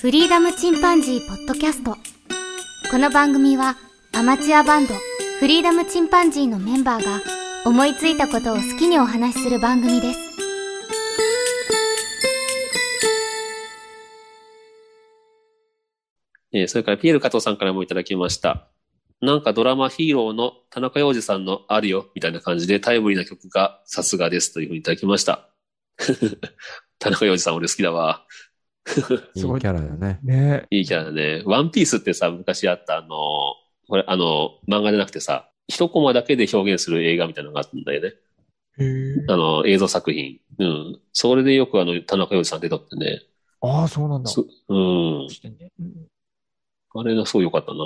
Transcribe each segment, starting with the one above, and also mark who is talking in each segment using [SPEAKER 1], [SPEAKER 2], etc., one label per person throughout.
[SPEAKER 1] フリーダムチンパンジーポッドキャスト。この番組はアマチュアバンドフリーダムチンパンジーのメンバーが思いついたことを好きにお話しする番組です。
[SPEAKER 2] えーそれからピエール加藤さんからもいただきました。なんかドラマヒーローの田中洋次さんのあるよみたいな感じでタイムリーな曲がさすがですというふうにいただきました。 田中洋次さん俺好きだわ。
[SPEAKER 3] いい
[SPEAKER 4] す
[SPEAKER 3] キ
[SPEAKER 4] ごい
[SPEAKER 3] ャラだね。
[SPEAKER 4] ね
[SPEAKER 2] いいキャラだね。ワンピースってさ、昔あったあの、これあの、漫画じゃなくてさ、一コマだけで表現する映画みたいなのがあったんだよね。
[SPEAKER 4] え。へえ
[SPEAKER 2] あの、映像作品。うん。それでよくあの、田中洋次さん出とってね。
[SPEAKER 4] ああ、そうなんだ。
[SPEAKER 2] そうん。
[SPEAKER 4] してねうん
[SPEAKER 2] あれがすごい良かったな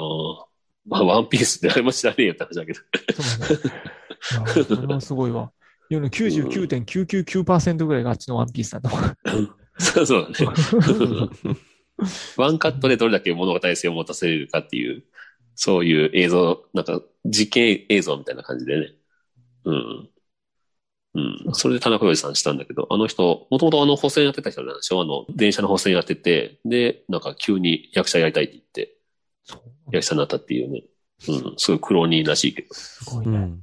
[SPEAKER 2] まあ、ワンピースってあれも知らねえよって話だけど。
[SPEAKER 4] そうなんだ。いやそれはすごいわ。いや99.999%ぐらいがあっちのワンピースだと。
[SPEAKER 2] そうそうだね。 ワンカットでどれだけ物語性を持たせれるかっていう、そういう映像、なんか実験映像みたいな感じでね。うん。うん。それで田中洋次さんしたんだけど、あの人、もともとあの補選やってた人なんでしょあの、電車の補選やってて、で、なんか急に役者やりたいって言って、
[SPEAKER 4] そう
[SPEAKER 2] 役者になったっていうね。うん。すごい苦労人らしいけど。
[SPEAKER 4] すごいうね。
[SPEAKER 3] ん。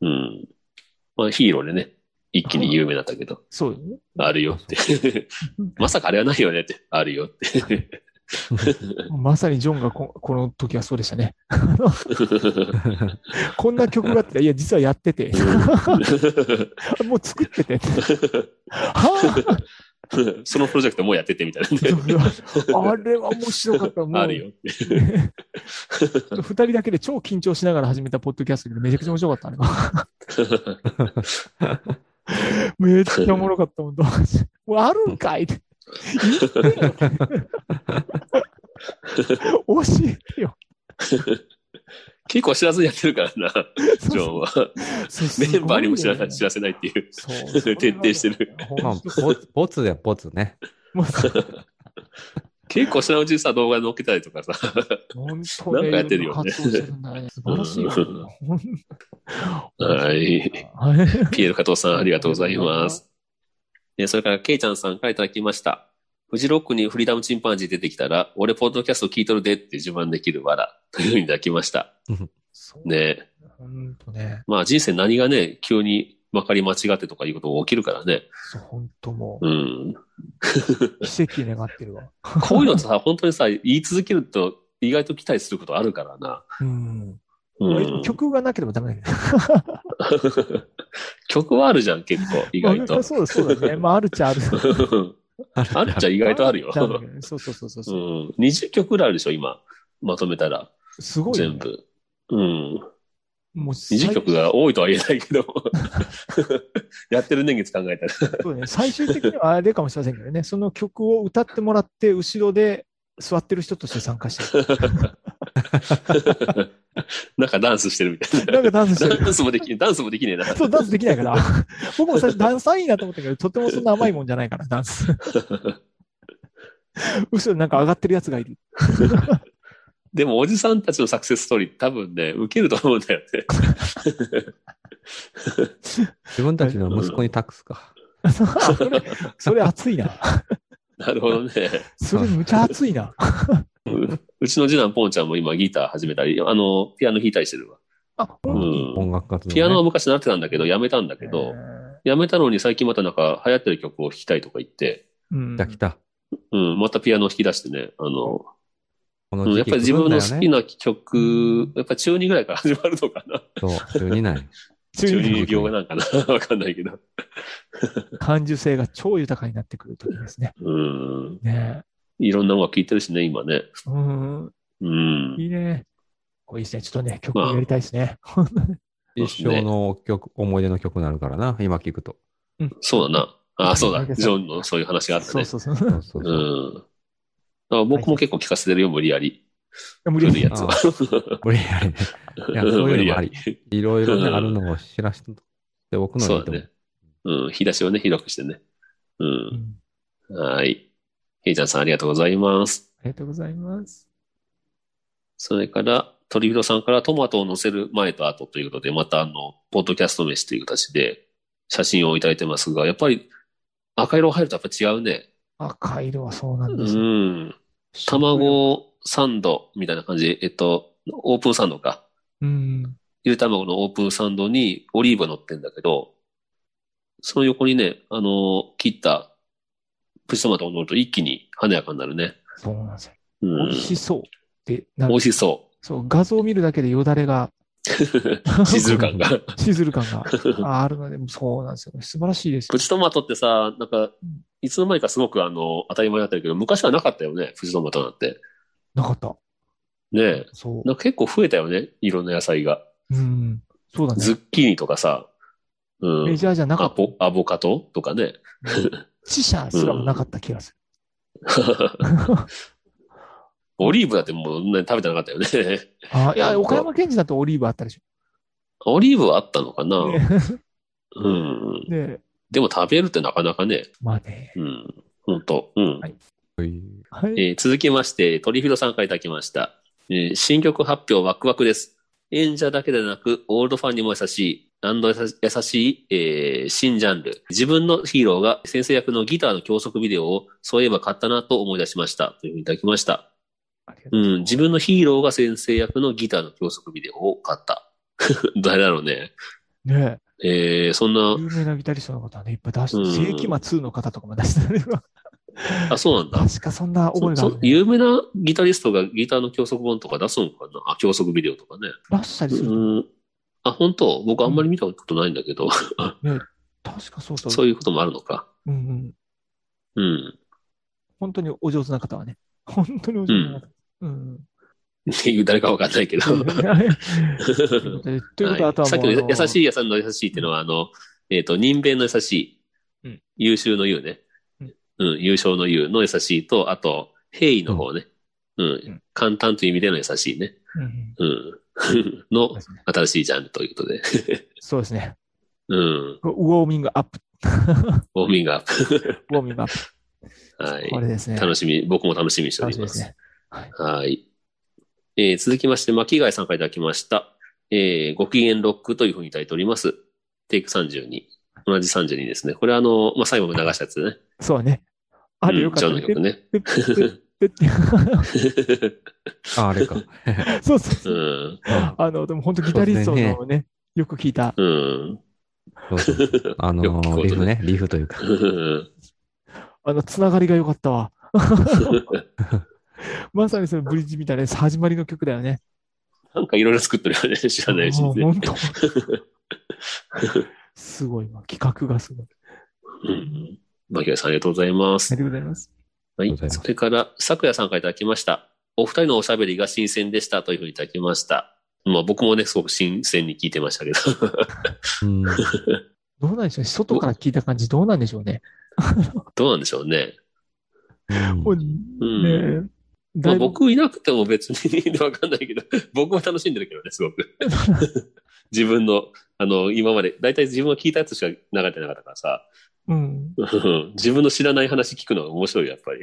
[SPEAKER 2] うん。まあヒーローでね、一気に有名だったけど、
[SPEAKER 4] そうよね。
[SPEAKER 2] あるよって。 まさかあれはないよねって、あるよ って。
[SPEAKER 4] まさにジョンがここの時はそうでしたね。こんな曲があって、いや、実はやってて、 もう作ってて。 は
[SPEAKER 2] そのプロジェクトもうやっててみたいなね。
[SPEAKER 4] ああれは面白かった。もう
[SPEAKER 2] あるよ。
[SPEAKER 4] 二人だけで超緊張しながら始めたポッドキャストだけど、めちゃくちゃ面白かった、 あれは。めっちゃおもろかった、本当。もうあるんかいって。言ってよ教えてよ。
[SPEAKER 2] 結構知らずにやってるからな、ジョンは。メンバーにも知らない知ら
[SPEAKER 4] せ
[SPEAKER 2] せないっていう。
[SPEAKER 4] そう。
[SPEAKER 2] 徹底してる
[SPEAKER 3] まあ、ボツ、ボツだよ、ボツね。
[SPEAKER 4] もうそう
[SPEAKER 2] 結構知らんうちにさ、動画載っけたりとかさ。
[SPEAKER 4] 本当ね
[SPEAKER 2] なんかやってるよね
[SPEAKER 4] 活動してるんだね素晴らしいよ。本当
[SPEAKER 2] はい。
[SPEAKER 4] は
[SPEAKER 2] ピ
[SPEAKER 4] い
[SPEAKER 2] エール加藤さん、ありがとうございます。えそれから、ケイちゃんさんからいただきました。フジロックにフリーダムチンパンジー出てきたら、俺ポッドキャスト聞いとるでって自慢できるわら、というふうにいただきました。
[SPEAKER 4] そう
[SPEAKER 2] ねえ。
[SPEAKER 4] 本当ね。
[SPEAKER 2] まあ人生何がね、急に分かり間違ってとかいうことが起きるからね。
[SPEAKER 4] そう、本当も
[SPEAKER 2] うん。
[SPEAKER 4] う、奇跡願ってるわ。
[SPEAKER 2] こういうのってさ、本当にさ、言い続けると意外と期待することあるからな。
[SPEAKER 4] うん。
[SPEAKER 2] うん、
[SPEAKER 4] 曲がなければダメだけど。
[SPEAKER 2] 曲はあるじゃん、結構、意 外
[SPEAKER 4] まあ
[SPEAKER 2] と。
[SPEAKER 4] そうだ、そうだね。まあ、あるっちゃある。
[SPEAKER 2] あるっち ゃ意外とあるよ。
[SPEAKER 4] ちゃだけどねそうそうそうそう
[SPEAKER 2] う
[SPEAKER 4] そう。
[SPEAKER 2] ん、20曲ぐらいあるでしょ、今。まとめたら、
[SPEAKER 4] すごい、ね。
[SPEAKER 2] 全。部。うん。
[SPEAKER 4] もう最
[SPEAKER 2] 20曲が多いとは言えないけど、 やってる年月考えたら。
[SPEAKER 4] そうね、最終的にはあれかもしれませんけどね、その曲を歌ってもらって、後ろで座ってる人として参加して る。
[SPEAKER 2] なんかダンスしてるみたい
[SPEAKER 4] なんかダンスしてる。
[SPEAKER 2] ダンスもでき、ダンスもできねえな。
[SPEAKER 4] そう、ダンスできないから。 僕も最初、ダンサーいいなと思ったけど、とてもそんな甘いもんじゃないから、ダ ンス。後ろになんか上がってるやつがいる。
[SPEAKER 2] でも、おじさんたちのサクセスストーリー、多分ね、受けると思うんだよね。
[SPEAKER 3] 自分たちの息子に託すか。
[SPEAKER 4] それ、それ熱いな。
[SPEAKER 2] なるほどね。
[SPEAKER 4] それむちゃ熱いな。
[SPEAKER 2] うちの次男、ポンちゃんも今ギター始めたり、あの、ピアノ弾いたりしてるわ。
[SPEAKER 4] あ、
[SPEAKER 2] う
[SPEAKER 4] ほん
[SPEAKER 2] ん。
[SPEAKER 3] 音楽活動、ね。
[SPEAKER 2] ピアノは昔習ってたんだけど、やめたんだけど、やめたのに最近またなんか流行ってる曲を弾きたいとか言って、
[SPEAKER 4] うん
[SPEAKER 3] 来た来た。
[SPEAKER 2] うん、またピアノを弾き出してね、あの、う
[SPEAKER 3] こ
[SPEAKER 2] ん
[SPEAKER 3] の
[SPEAKER 2] や
[SPEAKER 3] 時
[SPEAKER 2] っ
[SPEAKER 3] 期
[SPEAKER 2] ぱり自分の好き
[SPEAKER 3] な。
[SPEAKER 2] な曲、やっぱ中2ぐらいから始まるのかな。
[SPEAKER 3] そう、12内。
[SPEAKER 2] 中
[SPEAKER 4] 中
[SPEAKER 2] 2
[SPEAKER 4] に
[SPEAKER 2] 病なんかなわかんないけど。
[SPEAKER 4] 感受性が超豊かになってくる時ですね。
[SPEAKER 2] うん。
[SPEAKER 4] ね
[SPEAKER 2] いろんな音楽聴いてるしね、今ね。
[SPEAKER 4] えうん。
[SPEAKER 2] うん。
[SPEAKER 4] いいね。これいいですね。ちょっとね、曲やりたいですね。
[SPEAKER 3] 一生の曲、思い出の曲になるからな、今聞くと。
[SPEAKER 2] そうだな。ああ、そうだ。
[SPEAKER 4] なんかさ
[SPEAKER 2] ジョンのそういう話があった
[SPEAKER 4] そう
[SPEAKER 2] ね。
[SPEAKER 4] そうそう。
[SPEAKER 3] そうそうそうう。
[SPEAKER 2] ん。だから僕も結構聞かせてるよ、無理やり。
[SPEAKER 4] 無
[SPEAKER 2] 古い
[SPEAKER 4] 理
[SPEAKER 2] やつは。
[SPEAKER 3] 無理 やりね。いや、そういうのもあり。いろいろね、あるのを知らせておくのがい
[SPEAKER 2] そ
[SPEAKER 3] いうと
[SPEAKER 2] だ
[SPEAKER 3] 思
[SPEAKER 2] ね
[SPEAKER 3] う。。
[SPEAKER 2] うん。引き出しをね、広くしてね。う。
[SPEAKER 4] うんん
[SPEAKER 2] はい。ヘイちゃんさん、ありがとうございます。
[SPEAKER 4] ありがとうございます。
[SPEAKER 2] それから、鳥人さんからトマトを乗せる前と後ということで、またあの、ポッドキャスト飯という形で写真をいただいてますが、やっぱり赤色入るとやっぱ違うね。
[SPEAKER 4] 赤色はそうなん
[SPEAKER 2] う
[SPEAKER 4] ですね。
[SPEAKER 2] ん。卵サンドみたいな感じで、えっと、オープンサンドか。
[SPEAKER 4] うん。
[SPEAKER 2] ゆで卵のオープンサンドにオリーブが乗ってんだけど、その横にね、あの、切ったプチトマトを乗ると一気に華やかになるね。
[SPEAKER 4] そうなんですよ。
[SPEAKER 2] うん。
[SPEAKER 4] 美味しそう。で、なん
[SPEAKER 2] 美
[SPEAKER 4] か
[SPEAKER 2] 味しそ
[SPEAKER 4] そう、画像を見るだけでよだれが、
[SPEAKER 2] う。 シズル感が。
[SPEAKER 4] シズル感がああるので、そうなんですよ。素晴らしいです
[SPEAKER 2] プ。チトマトってさ、なんか
[SPEAKER 4] ん、
[SPEAKER 2] いつの間にかすごくあの、当たり前だったけど、昔はなかったよね、プチトマトなんて。
[SPEAKER 4] なかった。
[SPEAKER 2] ねえ。
[SPEAKER 4] そ
[SPEAKER 2] なんか結構増えたよね、いろんな野菜が。
[SPEAKER 4] う。うん。そうだね
[SPEAKER 2] ズ。ッキーニとかさ、う
[SPEAKER 4] メ
[SPEAKER 2] ん。
[SPEAKER 4] ジャーじゃなか
[SPEAKER 2] ア
[SPEAKER 4] った。
[SPEAKER 2] ボアボカドとかね。
[SPEAKER 4] 死者すらもなかった気がす
[SPEAKER 2] オリーブだってもうね食べてなかったよね。
[SPEAKER 4] る。 あいや、岡山県人だとオリーブあったでし
[SPEAKER 2] オリーブはあったのかな、
[SPEAKER 4] ょ。ね
[SPEAKER 2] うん。
[SPEAKER 4] ね
[SPEAKER 2] でも食べるってなかなかね。
[SPEAKER 4] まあね。
[SPEAKER 2] うん。本当うん。
[SPEAKER 4] はい
[SPEAKER 3] という
[SPEAKER 4] はい。
[SPEAKER 2] えー続きまして、トリフィドさんからいただきました。えー新曲発表ワクワクです。演者だけでなく、オールドファンにも優しい、アンド優しい、えー新ジャンル。自分のヒーローが先生役のギターの教則ビデオを、そういえば買ったなと思い出しました。というふうにいただきました。
[SPEAKER 4] ありがとう
[SPEAKER 2] うん、自分のヒーローが先生役のギターの教則ビデオを買った。 誰だろうね。
[SPEAKER 4] ね
[SPEAKER 2] えーそんな、
[SPEAKER 4] 有名なギタリストの方はね、いっぱい出し
[SPEAKER 2] うん
[SPEAKER 4] て、世紀末の方とかも出してたね。
[SPEAKER 2] あ、そうなんだ。
[SPEAKER 4] 確かそんな覚えがあ
[SPEAKER 2] そ
[SPEAKER 4] る
[SPEAKER 2] そ
[SPEAKER 4] ね、
[SPEAKER 2] 有名なギタリストがギターの教則本とか出すのかなあ、教則ビデオとかね。
[SPEAKER 4] 出したりする。
[SPEAKER 2] うん。あ、本当僕あんまり見たことないんだけど、
[SPEAKER 4] 確かそうそう。
[SPEAKER 2] そういうこともあるのか。
[SPEAKER 4] うんう
[SPEAKER 2] う
[SPEAKER 4] ん。
[SPEAKER 2] ん。
[SPEAKER 4] 本当にお上手な方はね。本当にお上手な方。うん。
[SPEAKER 2] っていう誰かわかんないけど。
[SPEAKER 4] ということでということは、あとはもう。
[SPEAKER 2] さっきの
[SPEAKER 4] あ
[SPEAKER 2] 優優しい屋さんの優しいっていうのは、あの、えっ、と、人弁の優しい、
[SPEAKER 4] うん
[SPEAKER 2] 優秀の優ね、
[SPEAKER 4] うん
[SPEAKER 2] うん、優勝の優の優しいと、あと、平易の方ね、うん、
[SPEAKER 4] ん
[SPEAKER 2] 簡単という意味での優しいね、
[SPEAKER 4] うんうん
[SPEAKER 2] うん、
[SPEAKER 4] そう
[SPEAKER 2] の
[SPEAKER 4] ですね
[SPEAKER 2] 新しいジャンルということで、
[SPEAKER 4] そうですね。
[SPEAKER 2] うん、
[SPEAKER 4] ウォーミングアップ。
[SPEAKER 2] ウォーミングアップ。
[SPEAKER 4] ウォーミングア
[SPEAKER 2] は
[SPEAKER 4] ップ。こ
[SPEAKER 2] い。
[SPEAKER 4] れですね。
[SPEAKER 2] 楽しみ、僕も楽しみにしてお
[SPEAKER 4] 楽
[SPEAKER 2] り
[SPEAKER 4] しみ
[SPEAKER 2] ま。
[SPEAKER 4] ですすね。
[SPEAKER 2] はい。えー続きまして、巻貝さんからいただきました。えーご機嫌ロックというふうにいただいております。テイク32。同じ32ですね。これあの、まあ、最後の流したやつね。
[SPEAKER 4] そうね。あれよかった
[SPEAKER 2] うんジョンの曲ね。
[SPEAKER 4] てってってって
[SPEAKER 3] あ、あれか。
[SPEAKER 4] そうそう
[SPEAKER 2] う
[SPEAKER 4] そう。
[SPEAKER 2] ん。
[SPEAKER 4] あの、でも本当ギタリストのね、よく聞いた。
[SPEAKER 2] うん。
[SPEAKER 3] そうそう あの
[SPEAKER 2] よく聞こ
[SPEAKER 3] ー、
[SPEAKER 2] え
[SPEAKER 3] リ
[SPEAKER 2] て
[SPEAKER 3] フ
[SPEAKER 2] る
[SPEAKER 3] ね、リフという か。
[SPEAKER 4] あの、つながりが良かったわ。まさにそのブリッジみたいな始まりの曲だよね。
[SPEAKER 2] なんかいろいろ作ってるよね。知らないうち
[SPEAKER 4] も
[SPEAKER 2] にね。
[SPEAKER 4] う本当。すごいわ。企画がすごい。
[SPEAKER 2] うん。巻貝さんありがとうございま
[SPEAKER 4] あ
[SPEAKER 2] す
[SPEAKER 4] り。がとうございます。
[SPEAKER 2] はい
[SPEAKER 3] ありがとうござい。ます
[SPEAKER 2] それから、桜さんからいただきました。お二人のおしゃべりが新鮮でしたというふうにいただきました。まあ僕もね、すごく新鮮に聞いてましたけど。
[SPEAKER 3] うん。
[SPEAKER 4] どうなんでしょうね。外から聞いた感じ、どうなんでしょうね。
[SPEAKER 2] どうなんでしょうね。
[SPEAKER 4] もう
[SPEAKER 2] うん
[SPEAKER 4] ねえ
[SPEAKER 2] ま
[SPEAKER 4] だ
[SPEAKER 2] あ
[SPEAKER 4] いぶ
[SPEAKER 2] 僕いなくても別に わかんないけど、僕は楽しんでるけどね、すごく。 自分の、あの、今まで、だいたい自分が聞いたやつしか流れてなかったからさ、
[SPEAKER 4] うん。
[SPEAKER 2] うん自分の知らない話聞くのが面白い、やっぱり。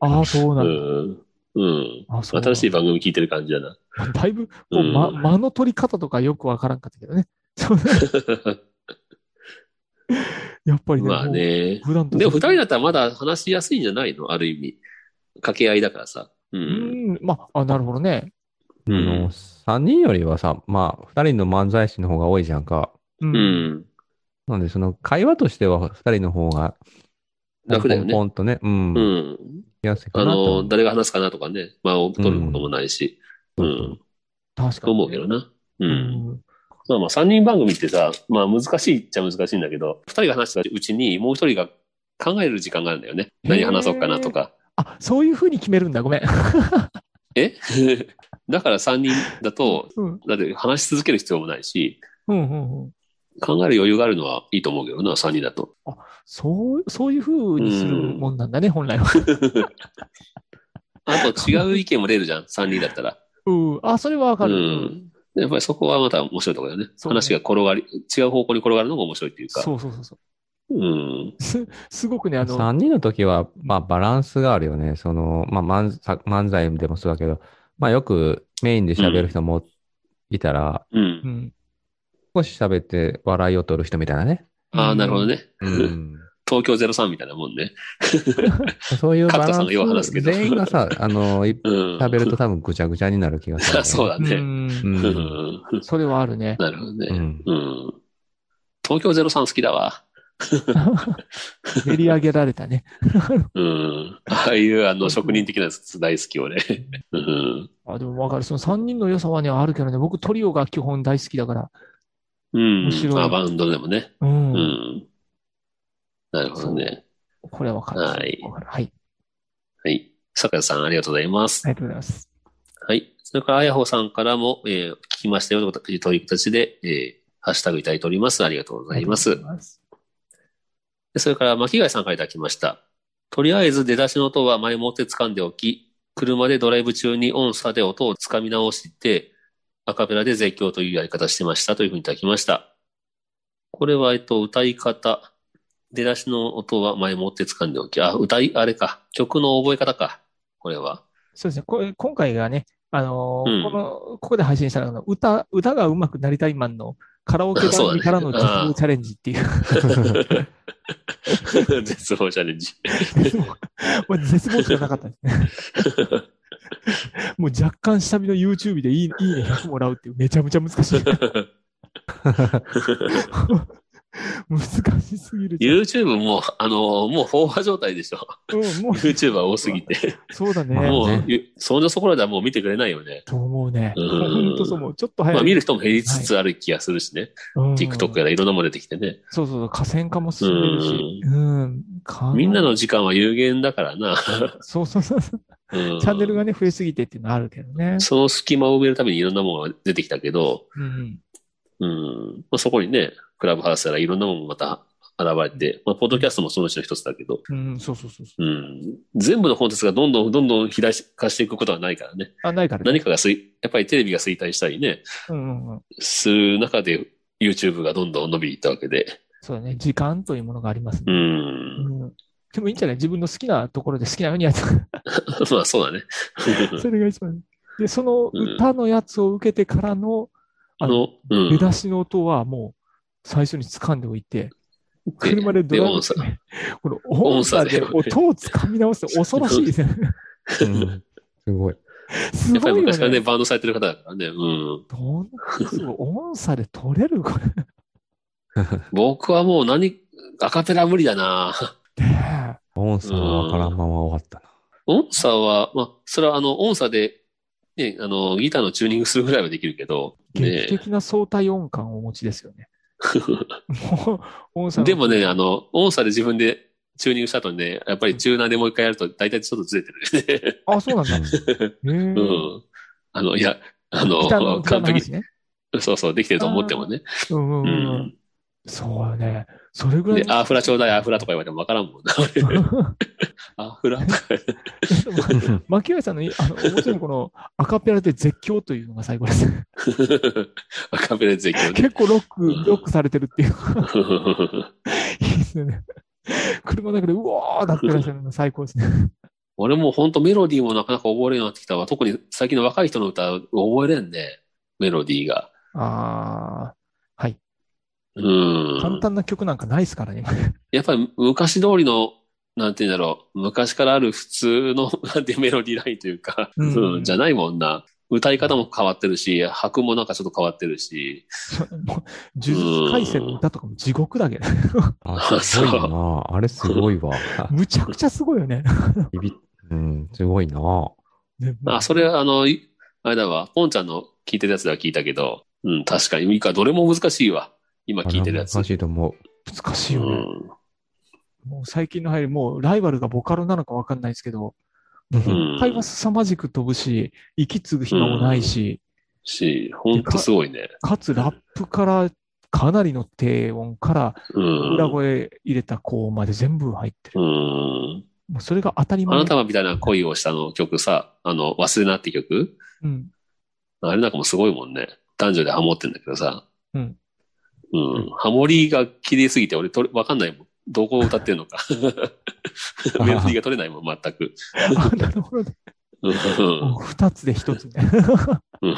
[SPEAKER 4] ああ、そう
[SPEAKER 2] う
[SPEAKER 4] なんだ。
[SPEAKER 2] ん。うん。
[SPEAKER 4] あそう
[SPEAKER 2] 新しい番組聞いてる感じだな。
[SPEAKER 4] だいぶ、こうま、
[SPEAKER 2] うん
[SPEAKER 4] 間の取り方とかよくわからんかったけどね。そうやっぱりね。
[SPEAKER 2] まあ
[SPEAKER 4] も
[SPEAKER 2] ね
[SPEAKER 4] う。普段と
[SPEAKER 2] でも二人だったらまだ話しやすいんじゃないのある意味。掛け合いだからさ。う。
[SPEAKER 4] うんん。まあ、あ、なるほどね。
[SPEAKER 3] あの、3人よりはさ、まあ、2人の漫才師の方が多いじゃんか。
[SPEAKER 4] う。
[SPEAKER 2] うんん。
[SPEAKER 3] なんで、その会話としては2人の方が、
[SPEAKER 2] 楽だよね
[SPEAKER 3] ポンポンとね、うん。
[SPEAKER 2] う
[SPEAKER 3] 聞
[SPEAKER 2] ん。
[SPEAKER 3] きやすいか
[SPEAKER 2] あ
[SPEAKER 3] なと
[SPEAKER 2] の、
[SPEAKER 3] 思
[SPEAKER 2] 誰が話すかなとかね。まあ、取ることもないし。
[SPEAKER 3] う。
[SPEAKER 2] うん
[SPEAKER 4] 確か
[SPEAKER 2] と
[SPEAKER 4] に。
[SPEAKER 2] 思うけどな。う。
[SPEAKER 4] うんん。
[SPEAKER 2] まあまあ、三人番組ってさ、まあ難しいっちゃ難しいんだけど、二人が話したうちにもう一人が考える時間があるんだよね。何話そうかなとか。
[SPEAKER 4] あ、そういうふうに決めるんだ。ごめん。
[SPEAKER 2] え だから三人だと、
[SPEAKER 4] うん。
[SPEAKER 2] だって話し続ける必要もないし、
[SPEAKER 4] うんうんうん。
[SPEAKER 2] 考える余裕があるのはいいと思うけどな、三人だと。
[SPEAKER 4] そう、そういうふうにするもんなんだね、本来は。
[SPEAKER 2] あと違う意見も出るじゃん、三人だったら。
[SPEAKER 4] うん。あ、それはわか
[SPEAKER 2] う
[SPEAKER 4] る。
[SPEAKER 2] ん。やっぱりそこはまた面白いところだよね。
[SPEAKER 4] そうね
[SPEAKER 2] 話が転がり、違う方向に転がるのが面白いっていうか。
[SPEAKER 4] そうそうそうそう。
[SPEAKER 2] うん。
[SPEAKER 4] す、すごくね、あの、
[SPEAKER 3] 3人の時は、まあ、バランスがあるよね。その、まあ、漫才漫才でもそうだけど、まあ、よくメインで喋る人もいたら、
[SPEAKER 2] うん
[SPEAKER 4] う。ん。
[SPEAKER 3] 少し喋って笑いを取る人みたいなね。
[SPEAKER 2] ああ、なるほどね。
[SPEAKER 3] うん。
[SPEAKER 2] 東京03みたいなもんね。
[SPEAKER 3] そういうバラ
[SPEAKER 2] 角田さん
[SPEAKER 3] ン
[SPEAKER 2] がよう話す
[SPEAKER 3] ス、
[SPEAKER 2] けど
[SPEAKER 3] 全員 がさ、あの、い
[SPEAKER 2] うん。
[SPEAKER 3] 食べると多分ぐちゃぐちゃになる気がす る、
[SPEAKER 2] そうだ
[SPEAKER 4] う
[SPEAKER 2] ね。
[SPEAKER 4] ん。
[SPEAKER 2] うん
[SPEAKER 3] うん。
[SPEAKER 4] それはあるね。
[SPEAKER 2] なるほど
[SPEAKER 3] う
[SPEAKER 2] ね。
[SPEAKER 3] ん。
[SPEAKER 2] うん。東京03好きだわ。
[SPEAKER 4] 練り上げられたね。
[SPEAKER 2] うん。ああいう、あの、職人的なやつ大好き、俺。うん。
[SPEAKER 4] あ、でもわかる。その3人の良さはね、あるけどね、僕トリオが基本大好きだから。
[SPEAKER 2] うん
[SPEAKER 4] 面白い。
[SPEAKER 2] まあ、バンドでもね。
[SPEAKER 4] う。
[SPEAKER 2] うんん。なるほどね。
[SPEAKER 4] これはわかる。
[SPEAKER 2] はい
[SPEAKER 4] わかるはい。
[SPEAKER 2] はい。坂田さん、ありがとうございます
[SPEAKER 4] あ。りがとうございます。
[SPEAKER 2] はい。それから、あやほさんからも、えー聞きましたよという形で、えーハッシュタグいただいております。ありがとうございます。
[SPEAKER 4] ありがとうございます。
[SPEAKER 2] でそれから、巻貝さんからいただきました。とりあえず出だしの音は前もって掴んでおき、車でドライブ中に音差で音を掴み直して、アカペラで絶叫というやり方してましたというふうにいただきました。これは、えっと、歌い方。出だしの音は前もって掴んでおき。あ、歌い、あれか。曲の覚え方か。これは。
[SPEAKER 4] そうですね。これ今回がね、あのー
[SPEAKER 2] うん
[SPEAKER 4] この、ここで配信したのが、歌、歌が上手くなりたいマンのカラオケ
[SPEAKER 2] あそうだ
[SPEAKER 4] 番
[SPEAKER 2] ね
[SPEAKER 4] 組からの実況チャレンジっ ていう、
[SPEAKER 2] 絶望チャレンジ。
[SPEAKER 4] もう絶望しかなかった ですね。もう若干下見の YouTube でいいいいね100もらうっていう、めちゃめちゃ難 しい。難しすぎる。
[SPEAKER 2] YouTube も、あの、もう飽和状態でしょ。
[SPEAKER 4] うん、もう
[SPEAKER 2] YouTuber 多すぎて。
[SPEAKER 4] そうだね。
[SPEAKER 3] まあ
[SPEAKER 2] も
[SPEAKER 3] ね
[SPEAKER 2] う、ゆ そんなところではもう見てくれないよね。
[SPEAKER 4] と思うね。
[SPEAKER 2] うん
[SPEAKER 4] 本当そう思う。ちょっと
[SPEAKER 2] ま
[SPEAKER 4] 早
[SPEAKER 2] あ
[SPEAKER 4] い。
[SPEAKER 2] 見る人も減りつつある気がするしね。
[SPEAKER 4] うん
[SPEAKER 2] TikTok やらいろんなもの出てきてね。
[SPEAKER 4] そうそうそう、河川化も進んでるし。うん。か
[SPEAKER 2] みんなの時間は有限だからな。
[SPEAKER 4] そうそうそうそう。
[SPEAKER 2] うん
[SPEAKER 4] チャンネルがね、増えすぎてっていうのはあるけどね。
[SPEAKER 2] その隙間を埋めるためにいろんなものが出てきたけど、
[SPEAKER 4] うん。
[SPEAKER 2] うんまあ、そこにね、クラブハウスやらいろんなものもまた現れて、まあ、ポッドキャストもそのうちの一つだけど、
[SPEAKER 4] うん、そうそうそうそう。
[SPEAKER 2] うん、全部のコンテンツがどんどんどんどん肥大化していくことはないからね。
[SPEAKER 4] あ、ないからね。
[SPEAKER 2] 何かが衰やっぱりテレビが衰退したりね、
[SPEAKER 4] うんうんうん。
[SPEAKER 2] する中で YouTube がどんどん伸びていったわけで。
[SPEAKER 4] そうだね。時間というものがあります
[SPEAKER 2] う
[SPEAKER 4] ね。
[SPEAKER 2] ん。
[SPEAKER 4] うん。でもいいんじゃない自分の好きなところで好きなようにやって
[SPEAKER 2] まあそうだね。
[SPEAKER 4] それが一番。で、その
[SPEAKER 2] うん
[SPEAKER 4] 歌のやつを受けてからの、
[SPEAKER 2] あの、う
[SPEAKER 4] 出
[SPEAKER 2] ん。
[SPEAKER 4] だしの音はもう最初に掴んでおいて、車でド
[SPEAKER 2] で、
[SPEAKER 4] ライブ
[SPEAKER 2] 音差。
[SPEAKER 4] この音差で
[SPEAKER 2] 音差で
[SPEAKER 4] 音を掴み直すって恐ろしいですね。
[SPEAKER 3] うんすごい。
[SPEAKER 4] す
[SPEAKER 2] やっぱり
[SPEAKER 4] ごいよ
[SPEAKER 2] 昔からね、
[SPEAKER 4] ね。
[SPEAKER 2] バンドされてる方だからね。うん。
[SPEAKER 4] どんすごい音差で取れるこ
[SPEAKER 2] 僕はもう何、アカペラ無理だな。
[SPEAKER 4] れね。
[SPEAKER 3] 音差はわからんまま終わったな。
[SPEAKER 2] 音差は、まあ、それはあの、音差で、ね、あの、ギターのチューニングするぐらいはできるけど、ね
[SPEAKER 4] 劇的な相対音感をお持ちですよね。 もう音差 の
[SPEAKER 2] でもね、あの、音差で自分でチューニングした後にね、やっぱりチューナーでもう一回やると大体ちょっとずれてるよね。
[SPEAKER 4] あ、そうなんだ。へ え
[SPEAKER 2] う。ん。あの、いや、あの、
[SPEAKER 4] 北の北
[SPEAKER 2] 完
[SPEAKER 4] の
[SPEAKER 2] 璧
[SPEAKER 4] 話ね。
[SPEAKER 2] そうそう、できてると思ってもね。
[SPEAKER 4] うんうん
[SPEAKER 2] う
[SPEAKER 4] うん。
[SPEAKER 2] ん。
[SPEAKER 4] そうよね。それぐらい
[SPEAKER 2] で、
[SPEAKER 4] の。
[SPEAKER 2] アーフラちょうだい、アーフラとか言われてもわからんもんな。 アーフラとか。
[SPEAKER 4] 牧原さんのい、あの、面白いこの、アカペラで絶叫というのが最 高です。
[SPEAKER 2] アカペラで絶叫ね。
[SPEAKER 4] 結構ロック、ロックされてるっていう。 いいですよね。車の中で、うわーなってらっしゃるの最高ですね。
[SPEAKER 2] 俺も本当メロディーもなかなか覚えれるようになってきたわ。特に最近の若い人の歌を覚えれんね。メロディーが。
[SPEAKER 4] あー、はい。
[SPEAKER 2] うん。
[SPEAKER 4] 簡単な曲なんかないですからね。
[SPEAKER 2] やっぱり昔通りの、なんて言うんだろう、昔からある普通の、 なんてメロディーラインというか、
[SPEAKER 4] うん
[SPEAKER 2] うんじゃないもんな。歌い方も変わってるし、拍もなんかちょっと変わってるし、
[SPEAKER 4] もう呪術廻戦の歌とかも地獄だけど、
[SPEAKER 3] あ、すごい
[SPEAKER 2] そ
[SPEAKER 3] な。あれすご いわ。
[SPEAKER 4] むちゃくちゃすごいよね。
[SPEAKER 3] ビビうん、すごいな。
[SPEAKER 4] ね
[SPEAKER 2] あ、それ、はあの、いあれだわ、ポンちゃんの聞いてるやつでは聞いたけど、うん、確かに、いいか、どれも難しいわ。今聞いてるやつ。
[SPEAKER 3] 難しいと思う。
[SPEAKER 4] 難しいうよね。
[SPEAKER 2] ん。
[SPEAKER 4] もう最近の入り、もうライバルがボカロなのかわかんないですけど、
[SPEAKER 2] うん
[SPEAKER 4] 会話凄まじく飛ぶし、息継ぐ暇もないし、
[SPEAKER 2] し、ほんとすごいね。
[SPEAKER 4] かつラップからかなりの低音から
[SPEAKER 2] うん。
[SPEAKER 4] 裏声入れた高音まで全部入ってる。
[SPEAKER 2] うん。
[SPEAKER 4] もうそれが当たり
[SPEAKER 2] あ
[SPEAKER 4] 前。
[SPEAKER 2] なたはみたいな恋をしたの曲さ、あの、忘れなって曲
[SPEAKER 4] うん。
[SPEAKER 2] あれなんかもすごいもんね。男女でハモってんだけどさ。
[SPEAKER 4] うん。
[SPEAKER 2] うん。ハモリが綺麗すぎて俺とれ、わかんないもん。どこを歌ってんの か。メロディーが取れないもん、全く。
[SPEAKER 4] あ、なるほどね。
[SPEAKER 2] うん
[SPEAKER 4] もう二つで一つみたいな。
[SPEAKER 2] うん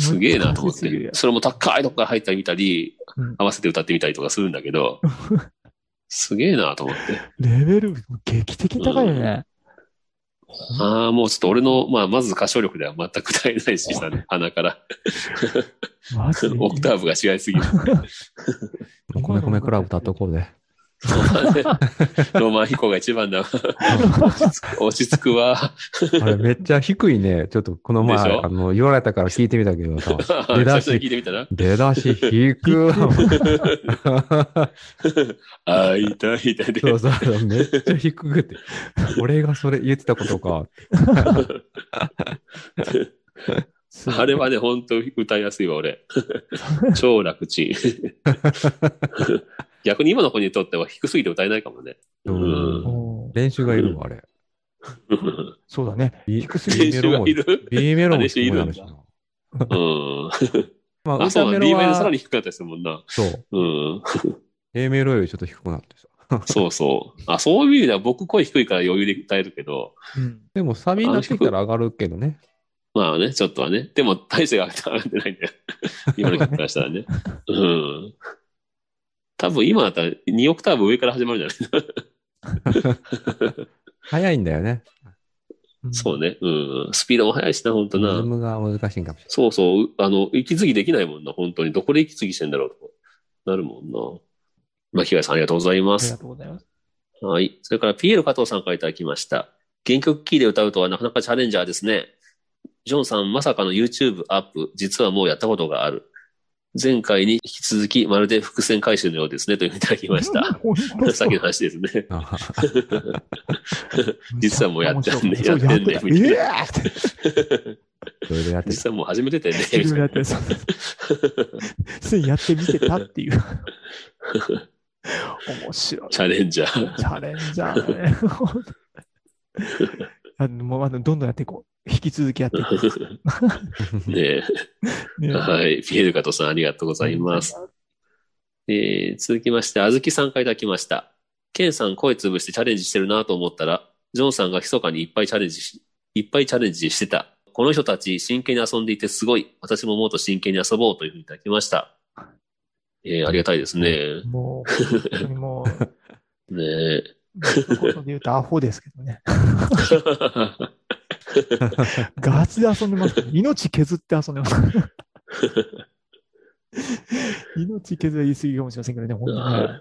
[SPEAKER 2] すげえなと思っ
[SPEAKER 4] 難しすぎる
[SPEAKER 2] て
[SPEAKER 4] や。ん
[SPEAKER 2] それも高いとこから入ったり見たり
[SPEAKER 4] うん、
[SPEAKER 2] 合わせて歌ってみたりとかするんだけど、すげえなと思って。
[SPEAKER 4] レベル、劇的に高いよね。
[SPEAKER 2] ああ、もうちょっと俺の、まあ、まず歌唱力では全く足りないしさ、鼻から。
[SPEAKER 4] マジで。
[SPEAKER 2] オクターブが違いすぎる。
[SPEAKER 3] もう米米クラブ歌っとこうぜ。
[SPEAKER 2] ロマン飛行が一番だ。落ち着くわ。
[SPEAKER 3] あれ、めっちゃ低 いね。ちょっとこの前、
[SPEAKER 2] でしょ
[SPEAKER 3] あの、言われたから聞いてみたけど さ、出だし
[SPEAKER 2] 久々に聞いてみたら。
[SPEAKER 3] 出だし低い。
[SPEAKER 2] あ、いたいたで。
[SPEAKER 3] そうそうそう、めっちゃ低くて。俺がそれ言ってたことか。
[SPEAKER 2] あれはね、本当歌いやすいわ、 俺。超楽ちん。逆に今の子にとっては低すぎて歌えないかもね。う
[SPEAKER 3] うん
[SPEAKER 2] ん。
[SPEAKER 4] おー
[SPEAKER 3] 練習がいるわ、あ れ。
[SPEAKER 4] そうだね。低す
[SPEAKER 2] 練
[SPEAKER 4] ぎる。
[SPEAKER 2] 習がい る
[SPEAKER 3] B メロも低くな
[SPEAKER 2] 練
[SPEAKER 3] る
[SPEAKER 2] 習い
[SPEAKER 3] し
[SPEAKER 2] るんう
[SPEAKER 3] な。
[SPEAKER 2] ん。
[SPEAKER 3] まあ、
[SPEAKER 2] あ、そう
[SPEAKER 3] 歌
[SPEAKER 2] だ
[SPEAKER 3] メ
[SPEAKER 2] ね。B
[SPEAKER 3] ロ
[SPEAKER 2] メロさら
[SPEAKER 3] は、
[SPEAKER 2] に低くなったりするもんな。
[SPEAKER 3] そう、
[SPEAKER 2] うん。
[SPEAKER 3] A メロよりちょっと低くなってさ。
[SPEAKER 2] そうそう。あ、そういう意味では僕声低いから余裕で歌えるけど、
[SPEAKER 4] うん
[SPEAKER 3] でも、サビになってきたら上がるけどね。
[SPEAKER 2] まあね、ちょっとはね。でも体勢が上がってないんだよ。今の曲からしたらね。うん。多分今だったら2オクターブ上から始まるんじゃない
[SPEAKER 3] 早いんだよね。
[SPEAKER 2] そうね。うん。スピードも速いしな、本当
[SPEAKER 3] リ
[SPEAKER 2] な。
[SPEAKER 3] ズムが難しいんかもしれない。
[SPEAKER 2] そうそう、うあの、息継ぎできないもんな、本当に。どこで息継ぎしてんだろうと。なるもんな。まあ、東さんありがとうございま
[SPEAKER 4] ありが
[SPEAKER 2] す。
[SPEAKER 4] とうございます。
[SPEAKER 2] はい。それから、PL 加藤さんからいただきました。原曲キーで歌うとはなかなかチャレンジャーですね。ジョンさん、まさかの YouTube アップ、実はもうやったことがある。前回に引き続き、まるで伏線回収のようですね、というふうにいただきました。
[SPEAKER 4] 本当 そ う
[SPEAKER 2] さっきの話ですね。
[SPEAKER 3] あ
[SPEAKER 2] 実はもうやってんね
[SPEAKER 4] そう
[SPEAKER 2] やってんね
[SPEAKER 4] やってた
[SPEAKER 2] みたいな
[SPEAKER 4] えーって
[SPEAKER 3] それでやって
[SPEAKER 2] 実
[SPEAKER 3] た
[SPEAKER 2] 際もう始めててね、み
[SPEAKER 4] 自
[SPEAKER 2] たいな
[SPEAKER 4] 分でやってそうついやってみてたっていう。面白い。
[SPEAKER 2] チャレンジャー。
[SPEAKER 4] チャレンジャーだね。あのもうあのどんどんやっていこう。引き続きやっていこ
[SPEAKER 2] ねえ。
[SPEAKER 4] う。ね
[SPEAKER 2] はい。ピエール加藤さん、ありがとうございます。えー続きまして、あずきさんからいただきました。ケンさん声潰してチャレンジしてるなと思ったら、ジョンさんが密かにいっぱいチャレンジし、いっぱいチャレンジしてた。この人たち真剣に遊んでいてすごい。私ももっと真剣に遊ぼうというふうにいただきました。えーありがたいですね。
[SPEAKER 4] もう、本当にもう、
[SPEAKER 2] ねえ。
[SPEAKER 4] 一言で言うとアホですけどね。ガチで遊んで ます、ね。命削って遊んでます。 命削りは言い過ぎかもしれませんけど ね、本当にね。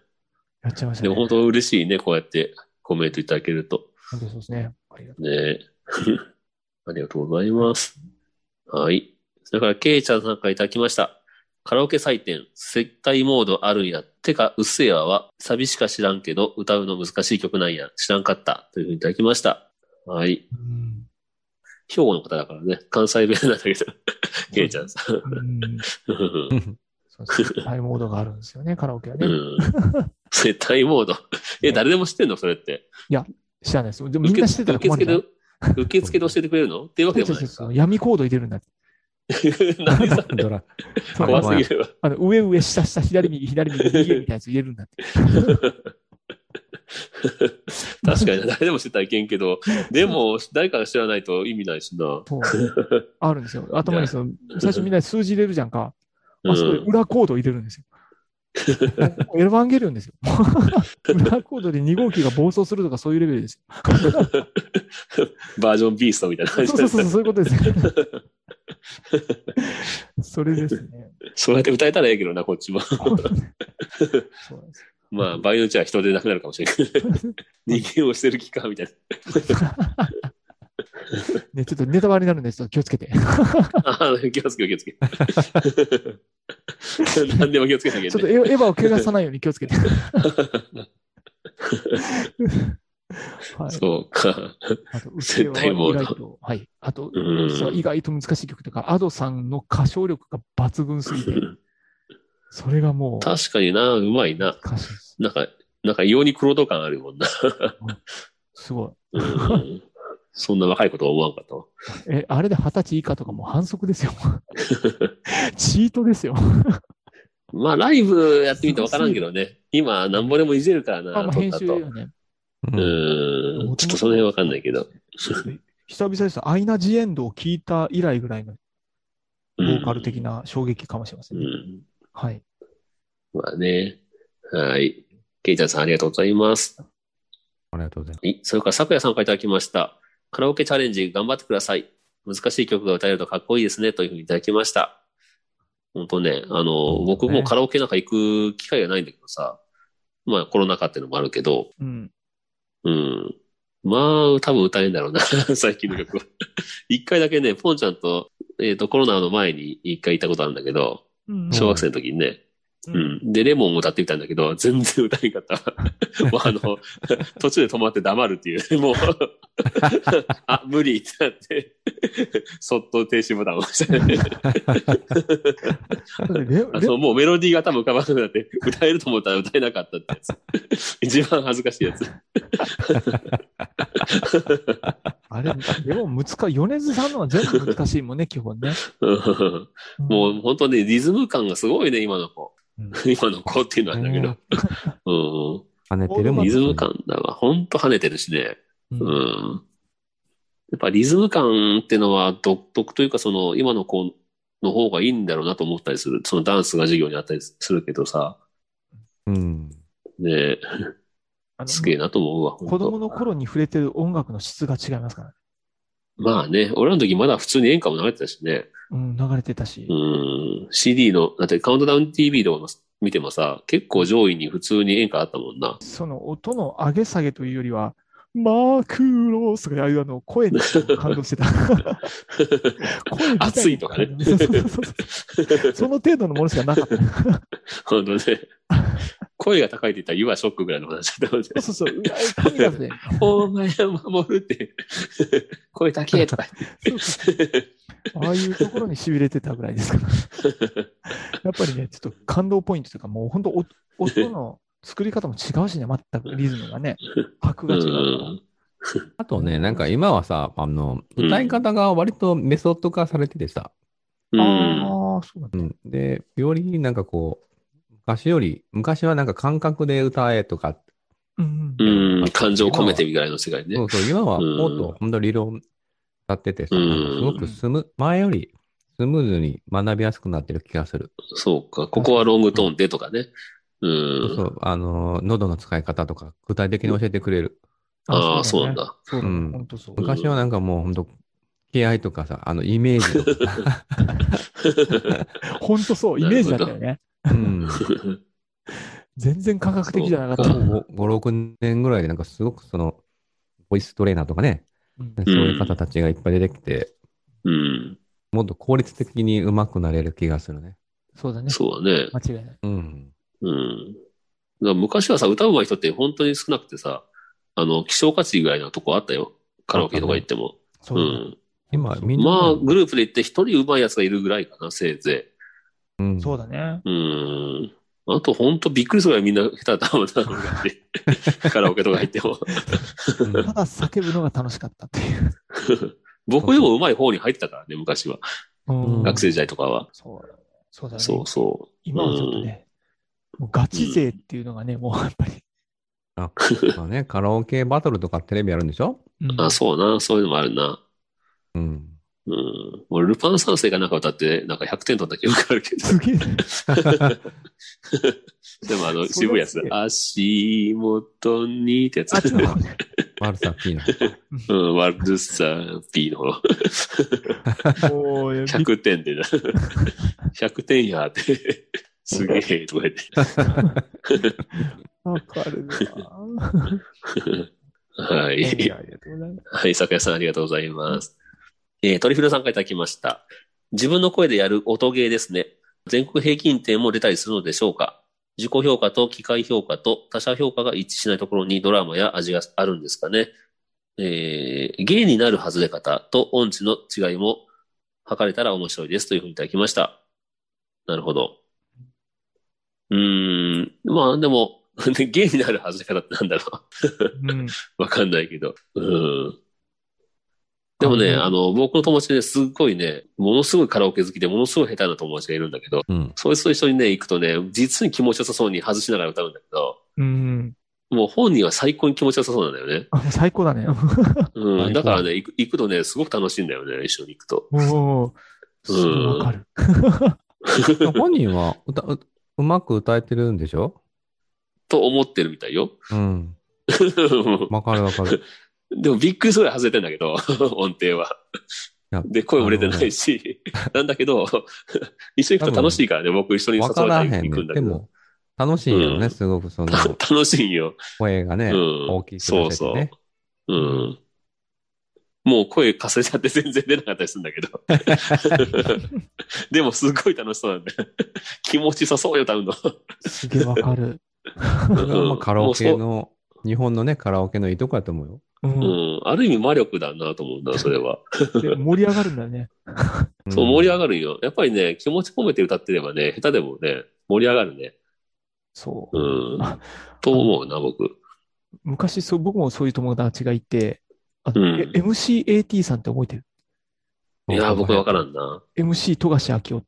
[SPEAKER 4] やっちゃいました
[SPEAKER 2] で
[SPEAKER 4] ね。
[SPEAKER 2] も本当嬉しいね、こうやってコメントいただけると。
[SPEAKER 4] 本当そうですね。ありがと
[SPEAKER 2] ね え。ありがとうございます。はい。それから、ケイちゃんさんからいただきました。カラオケ採点、接待モードあるんや。てか、うっせぇわは、サビしか知らんけど、歌うの難しい曲なんや。知らんかった。というふうにいただきました。はい。
[SPEAKER 4] う。うん
[SPEAKER 2] 兵庫の方だからね、関西弁なんだけど、ケイちゃんさん。
[SPEAKER 4] うん
[SPEAKER 2] うん
[SPEAKER 4] そうですね。タイムモードがあるんですよね、カラオケは
[SPEAKER 2] う
[SPEAKER 4] ね。
[SPEAKER 2] ん。接待モード。え、誰でも知ってんのそれって。
[SPEAKER 4] 知らないです。でもみんな知ってたら
[SPEAKER 2] 受
[SPEAKER 4] 困
[SPEAKER 2] 付
[SPEAKER 4] る
[SPEAKER 2] で
[SPEAKER 4] な。、
[SPEAKER 2] 受付で教えてくれるのっていうわけで
[SPEAKER 4] そ
[SPEAKER 2] も
[SPEAKER 4] う
[SPEAKER 2] ない
[SPEAKER 4] そ
[SPEAKER 2] で
[SPEAKER 4] う
[SPEAKER 2] す
[SPEAKER 4] そ
[SPEAKER 2] か
[SPEAKER 4] う。。闇コード入れるんだって。
[SPEAKER 2] 何 それ
[SPEAKER 3] ドラ
[SPEAKER 4] そう
[SPEAKER 3] あ
[SPEAKER 2] 怖すぎるわ。
[SPEAKER 4] あの上上下下左右左右右みたいなやつ入れるんだって。
[SPEAKER 2] 確かに誰でも知ってたらいけんけど、でも誰かが知らないと意味ないしな。
[SPEAKER 4] そうあるんですよ。頭にその、最初みんな数字入れるじゃんか。
[SPEAKER 2] う
[SPEAKER 4] あそこで
[SPEAKER 2] ん、
[SPEAKER 4] 裏コード入れるんです よ。もうエヴァンゲリオンですよ。裏コードで2号機が暴走するとかそういうレベルです
[SPEAKER 2] バージョンビーストみたいな
[SPEAKER 4] よ。
[SPEAKER 2] 感じ
[SPEAKER 4] そうそうそう、
[SPEAKER 2] で。
[SPEAKER 4] そういうことですよ。それ ですね。
[SPEAKER 2] そうやって歌えたらええけどな、こっちも。
[SPEAKER 4] そうなんです
[SPEAKER 2] まあ、場合のうちは人でなくなるかもしれない けど。人間をしてる気か、みたいな。
[SPEAKER 4] よね、ちょっとネタバレになるんで、ちょっと気をつけて。ち
[SPEAKER 2] ああ、気をつけよう、気をつ けよう。何でも気をつけなきゃい
[SPEAKER 4] ょ
[SPEAKER 2] け
[SPEAKER 4] っと
[SPEAKER 2] ない。
[SPEAKER 4] エヴァエヴァを怪我さないように気を つけて。はい。
[SPEAKER 2] そうか。
[SPEAKER 4] あと、うちは意外と、はい。あと、
[SPEAKER 2] うん
[SPEAKER 4] そう意外と難しい曲とか、アドさんの歌唱力が抜群すぎて、それがもう、
[SPEAKER 2] 確かにな、うまいな。
[SPEAKER 4] 歌詞です。
[SPEAKER 2] なんか、なんか異様に黒人感あるもんな。
[SPEAKER 4] すごい。
[SPEAKER 2] うんそんな若いことは思わんかったわ。
[SPEAKER 4] え、あれで二十歳以下とかもう反則で すよ。チートですよ。
[SPEAKER 2] まあ、ライブやってみてわからんけどね。今、なんぼでもいじるから
[SPEAKER 4] まあま
[SPEAKER 2] な、
[SPEAKER 4] あ
[SPEAKER 2] 撮っ
[SPEAKER 4] 編
[SPEAKER 2] た
[SPEAKER 4] 集
[SPEAKER 2] と。う
[SPEAKER 4] よね。
[SPEAKER 3] うん
[SPEAKER 2] ーん。ちょっとその辺わかんないけど。
[SPEAKER 4] 久々です。アイナ・ジ・エンドを聞いた以来ぐらいのボーカル的な衝撃かもしれませ。
[SPEAKER 2] うんん。
[SPEAKER 4] はい。
[SPEAKER 2] まあね。はい。ケイちゃんさんありがとうございます。
[SPEAKER 3] ありがとうございます。
[SPEAKER 2] はい。それから、さくやさんからいただきました。カラオケチャレンジ頑張ってください。難しい曲が歌えるとかっこいいですね、というふうにいただきました。本当ね、あの、
[SPEAKER 3] うん
[SPEAKER 2] 僕
[SPEAKER 3] ね
[SPEAKER 2] もカラオケなんか行く機会がないんだけどさ、まあコロナ禍っていうのもあるけど、
[SPEAKER 4] うん。
[SPEAKER 2] うん。まあ、多分歌えんだろうな、 最近の曲は。一回だけね、ポンちゃんと、えっ、と、コロナの前に一回行ったことあるんだけど、
[SPEAKER 4] うん
[SPEAKER 2] 小学生の時にね、うん。で、レモンを歌ってみたんだけど、 全然歌えなかった。 もうあの、途中で止まって黙るっていう、 もう、あ、無理ってなって、 そっと停止ボタンを押して、
[SPEAKER 4] だってレ
[SPEAKER 2] あ
[SPEAKER 4] レ
[SPEAKER 2] の、もうメロディーが頭浮かばなくなって、歌えると思ったら歌えなかったってやつ。 一番恥ずかしいやつ。
[SPEAKER 4] あれ、でも難しい。米津さんのは全部難しいもんね、基本ね。
[SPEAKER 2] うんもう本当ね、リズム感がすごいね、今の子。
[SPEAKER 4] うん
[SPEAKER 2] 今の子っていうのはあれだけど。うん
[SPEAKER 3] 跳ねてるもん
[SPEAKER 2] リズム感だわ。ほんと跳ねてるしね。
[SPEAKER 4] う。
[SPEAKER 2] うんん。やっぱリズム感ってのは独特というか、その今の子の方がいいんだろうなと思ったりする。そのダンスが授業にあったりするけどさ、
[SPEAKER 3] うん。
[SPEAKER 2] ねえ、
[SPEAKER 4] あの
[SPEAKER 2] すげえなと思うわ、
[SPEAKER 4] 子
[SPEAKER 2] 本当
[SPEAKER 4] 供の頃に触れてる音楽の質が違いますからね。
[SPEAKER 2] まあね、俺らの時まだ普通に演歌も流れてたしね。
[SPEAKER 4] うん、流れてたし
[SPEAKER 2] う。ん、CD の、だってカウントダウン TV とかも見てもさ、結構上位に普通に演歌あったもん な。
[SPEAKER 4] その音の上げ下げというよりは、マークロスとかああいうあの声に感動し てた。声自体
[SPEAKER 2] 熱い
[SPEAKER 4] に
[SPEAKER 2] とかね
[SPEAKER 4] 感動そうそうそうそうその程度のものしかなかった。
[SPEAKER 2] 本当ね。声が高いって言ったら、ゆはショックぐらいの話だったもんね。
[SPEAKER 4] そうそうそう。とにかくね。
[SPEAKER 2] お前を守るって、 声高えとか
[SPEAKER 4] そうそうそうああいうところに痺れてたぐらいですから。やっぱりね、ちょっと感動ポイントというか、もう本当お音の作り方も違うしね、全くリズムがね、拍が
[SPEAKER 2] 言
[SPEAKER 4] 違
[SPEAKER 2] っ
[SPEAKER 4] う
[SPEAKER 2] て。
[SPEAKER 4] から。
[SPEAKER 2] うん。
[SPEAKER 3] あとね、なんか今はさ、あの、
[SPEAKER 2] うん
[SPEAKER 3] 歌い方が割とメソッド化されててさ、
[SPEAKER 2] うん。
[SPEAKER 4] ああ、そうなんだ。
[SPEAKER 3] うん、で、よりなんかこう、昔より、昔はなんか感覚で歌えとか、
[SPEAKER 4] うん
[SPEAKER 2] う
[SPEAKER 4] うん
[SPEAKER 2] ん、感情を込めてみたいな世界ね。
[SPEAKER 3] そうそう、今は
[SPEAKER 2] うん
[SPEAKER 3] もっと本当理論歌っててさ、
[SPEAKER 2] うん
[SPEAKER 3] なんかすごくスム、前よりスムーズに学びやすくなってる気がする。
[SPEAKER 2] そうか、ここはロングトーンでとかね。う
[SPEAKER 3] そ
[SPEAKER 2] ん。
[SPEAKER 3] う、あの、喉の使い方とか具体的に教えてくれる。
[SPEAKER 2] ああ、そうなん。だ。
[SPEAKER 4] そうだね、そううんだ、本当そう。
[SPEAKER 3] 昔はなんかもう本当気合とかさ、あの、イメージとかさ
[SPEAKER 4] 本当 そう、イメージだったよね。
[SPEAKER 3] うん。
[SPEAKER 4] 全然感覚的じゃなかった。
[SPEAKER 3] 5、6年ぐらいでなんかすごくその、ボイストレーナーとかね、
[SPEAKER 4] うん
[SPEAKER 3] そういう方たちがいっぱい出てきて、
[SPEAKER 2] うん。
[SPEAKER 3] もっと効率的に上手くなれる気がするね。
[SPEAKER 4] そうだね。
[SPEAKER 2] そうだね。
[SPEAKER 4] 間違いない。
[SPEAKER 3] うん。
[SPEAKER 2] うん。だから昔はさ、歌うまい人って本当に少なくてさ、あの、希少価値ぐらいのとこあったよ。カラオケとか行っても。
[SPEAKER 4] そううだね。
[SPEAKER 2] ん。
[SPEAKER 3] 今、みんな、
[SPEAKER 2] まあ、グループで行って一人上手いやつがいるぐらいかな、せいぜ
[SPEAKER 3] うん、
[SPEAKER 4] そうだね。
[SPEAKER 2] い。うん。あと、本当びっくりするぐらいみんな下手だったもんなって。カラオケとか行っても。
[SPEAKER 3] うん
[SPEAKER 4] ただ叫ぶのが楽しかったっていう。
[SPEAKER 2] 僕でも上手い方に入ってたからね、昔は。
[SPEAKER 3] ん
[SPEAKER 2] 学生時代とかは。
[SPEAKER 4] そうだね。そうだね。
[SPEAKER 2] そうそ
[SPEAKER 4] 今はちょっとね、もうガチ勢っていうのがね、もうやっぱり。
[SPEAKER 3] あ、まあね、カラオケバトルとかテレビやるんでしょ
[SPEAKER 4] うん
[SPEAKER 2] う。あ、そうな。そういうのもあるな。
[SPEAKER 3] うん。
[SPEAKER 2] うん。俺、ルパン三世がなんか歌って、なんか100点取った記憶ある けど。
[SPEAKER 4] すげえね。
[SPEAKER 2] でも、あの、
[SPEAKER 4] それ
[SPEAKER 2] 渋いやつだ
[SPEAKER 4] すげえ
[SPEAKER 2] 足元にってやつ
[SPEAKER 4] あ、。違う。
[SPEAKER 3] マルサピーナ。
[SPEAKER 2] うん、ワルサー P の 方。
[SPEAKER 4] もう、びっ
[SPEAKER 2] 100点でな。100点やって。すげえ、とか言って。
[SPEAKER 4] わかるな。
[SPEAKER 2] は
[SPEAKER 4] あり
[SPEAKER 2] い。
[SPEAKER 4] がとうございます。
[SPEAKER 2] はい、桜井さんありがとうございます。えー、トリフルさんからいただきました。自分の声でやる音ゲーですね。全国平均点も出たりするのでしょうか自己評価と機械評価と他者評価が一致しないところにドラマや味があるんですかね。えー、芸になる外れ方と音痴の違いも測れたら面白いですというふうにいただきました。なるほど。うーん、まあでも、 芸になる外れ方ってなんだろう。
[SPEAKER 4] うん
[SPEAKER 2] わかんないけど。うん。でもね、
[SPEAKER 4] あの
[SPEAKER 2] あの、僕の友達ですっごいね、ものすごいカラオケ好きで、ものすごい下手な友達がいるんだけど、
[SPEAKER 3] うん。
[SPEAKER 2] そいつと一緒にね、行くとね、実に気持ちよさそうに外しながら歌うんだけど、
[SPEAKER 4] うん。
[SPEAKER 2] もう本人は最高に気持ちよさそうなんだよね。
[SPEAKER 4] あ、もう最高だ ね。
[SPEAKER 2] う
[SPEAKER 3] 最
[SPEAKER 2] ん。
[SPEAKER 3] 高
[SPEAKER 2] だからね、行く行くとね、すごく楽しいんだよね、一緒に行くと。
[SPEAKER 4] もう、す
[SPEAKER 2] うん
[SPEAKER 4] ごいわかる。
[SPEAKER 3] 本人は歌う、うまく歌えてるんでしょ
[SPEAKER 2] と思ってるみたいよ。
[SPEAKER 3] うん。わかるわかる。
[SPEAKER 2] でもびっくりするぐらい外れてんだけど、 音程は。
[SPEAKER 3] いや
[SPEAKER 2] で、声も出てないし、 なんだけど、一緒に行くと楽しいからね、僕一緒に誘
[SPEAKER 3] わか
[SPEAKER 2] わ
[SPEAKER 3] ら
[SPEAKER 2] れ
[SPEAKER 3] へん
[SPEAKER 2] て
[SPEAKER 3] ね
[SPEAKER 2] 行くん
[SPEAKER 3] ん。
[SPEAKER 2] だ
[SPEAKER 3] で
[SPEAKER 2] けど。
[SPEAKER 3] も、楽しいよ
[SPEAKER 2] う
[SPEAKER 3] ね、
[SPEAKER 2] ん
[SPEAKER 3] すごくその、
[SPEAKER 2] 楽しいよ。
[SPEAKER 3] 声がね、
[SPEAKER 2] うん
[SPEAKER 3] 大きくなっててね。
[SPEAKER 2] うん。もう声かせちゃって全然出なかったりするんだけど。 でもすごい楽しそうなんで。気持ちさそうよ、歌うの。
[SPEAKER 4] すげえわかる。
[SPEAKER 3] それはまあカラオケ
[SPEAKER 2] もう
[SPEAKER 3] の、日本のね、カラオケのいいとこやと思うよ。
[SPEAKER 4] う。
[SPEAKER 2] そうんうん。ある意味魔力だなと思うんだ、それは。
[SPEAKER 4] で盛り上がるんだね。
[SPEAKER 2] そう、盛り上
[SPEAKER 3] る。
[SPEAKER 2] がるんよ。やっぱりね、気持ち込めて歌ってればね、下手でもね、盛り上がるね。
[SPEAKER 4] そう。
[SPEAKER 2] うん
[SPEAKER 4] あ。
[SPEAKER 2] と思うな、僕。
[SPEAKER 4] 昔そう、僕もそういう友達がいて、あ
[SPEAKER 2] うん
[SPEAKER 4] え MCAT さんって覚えてる
[SPEAKER 2] いや、僕わ から
[SPEAKER 3] い。
[SPEAKER 2] んな。
[SPEAKER 4] ?MC 富樫明夫。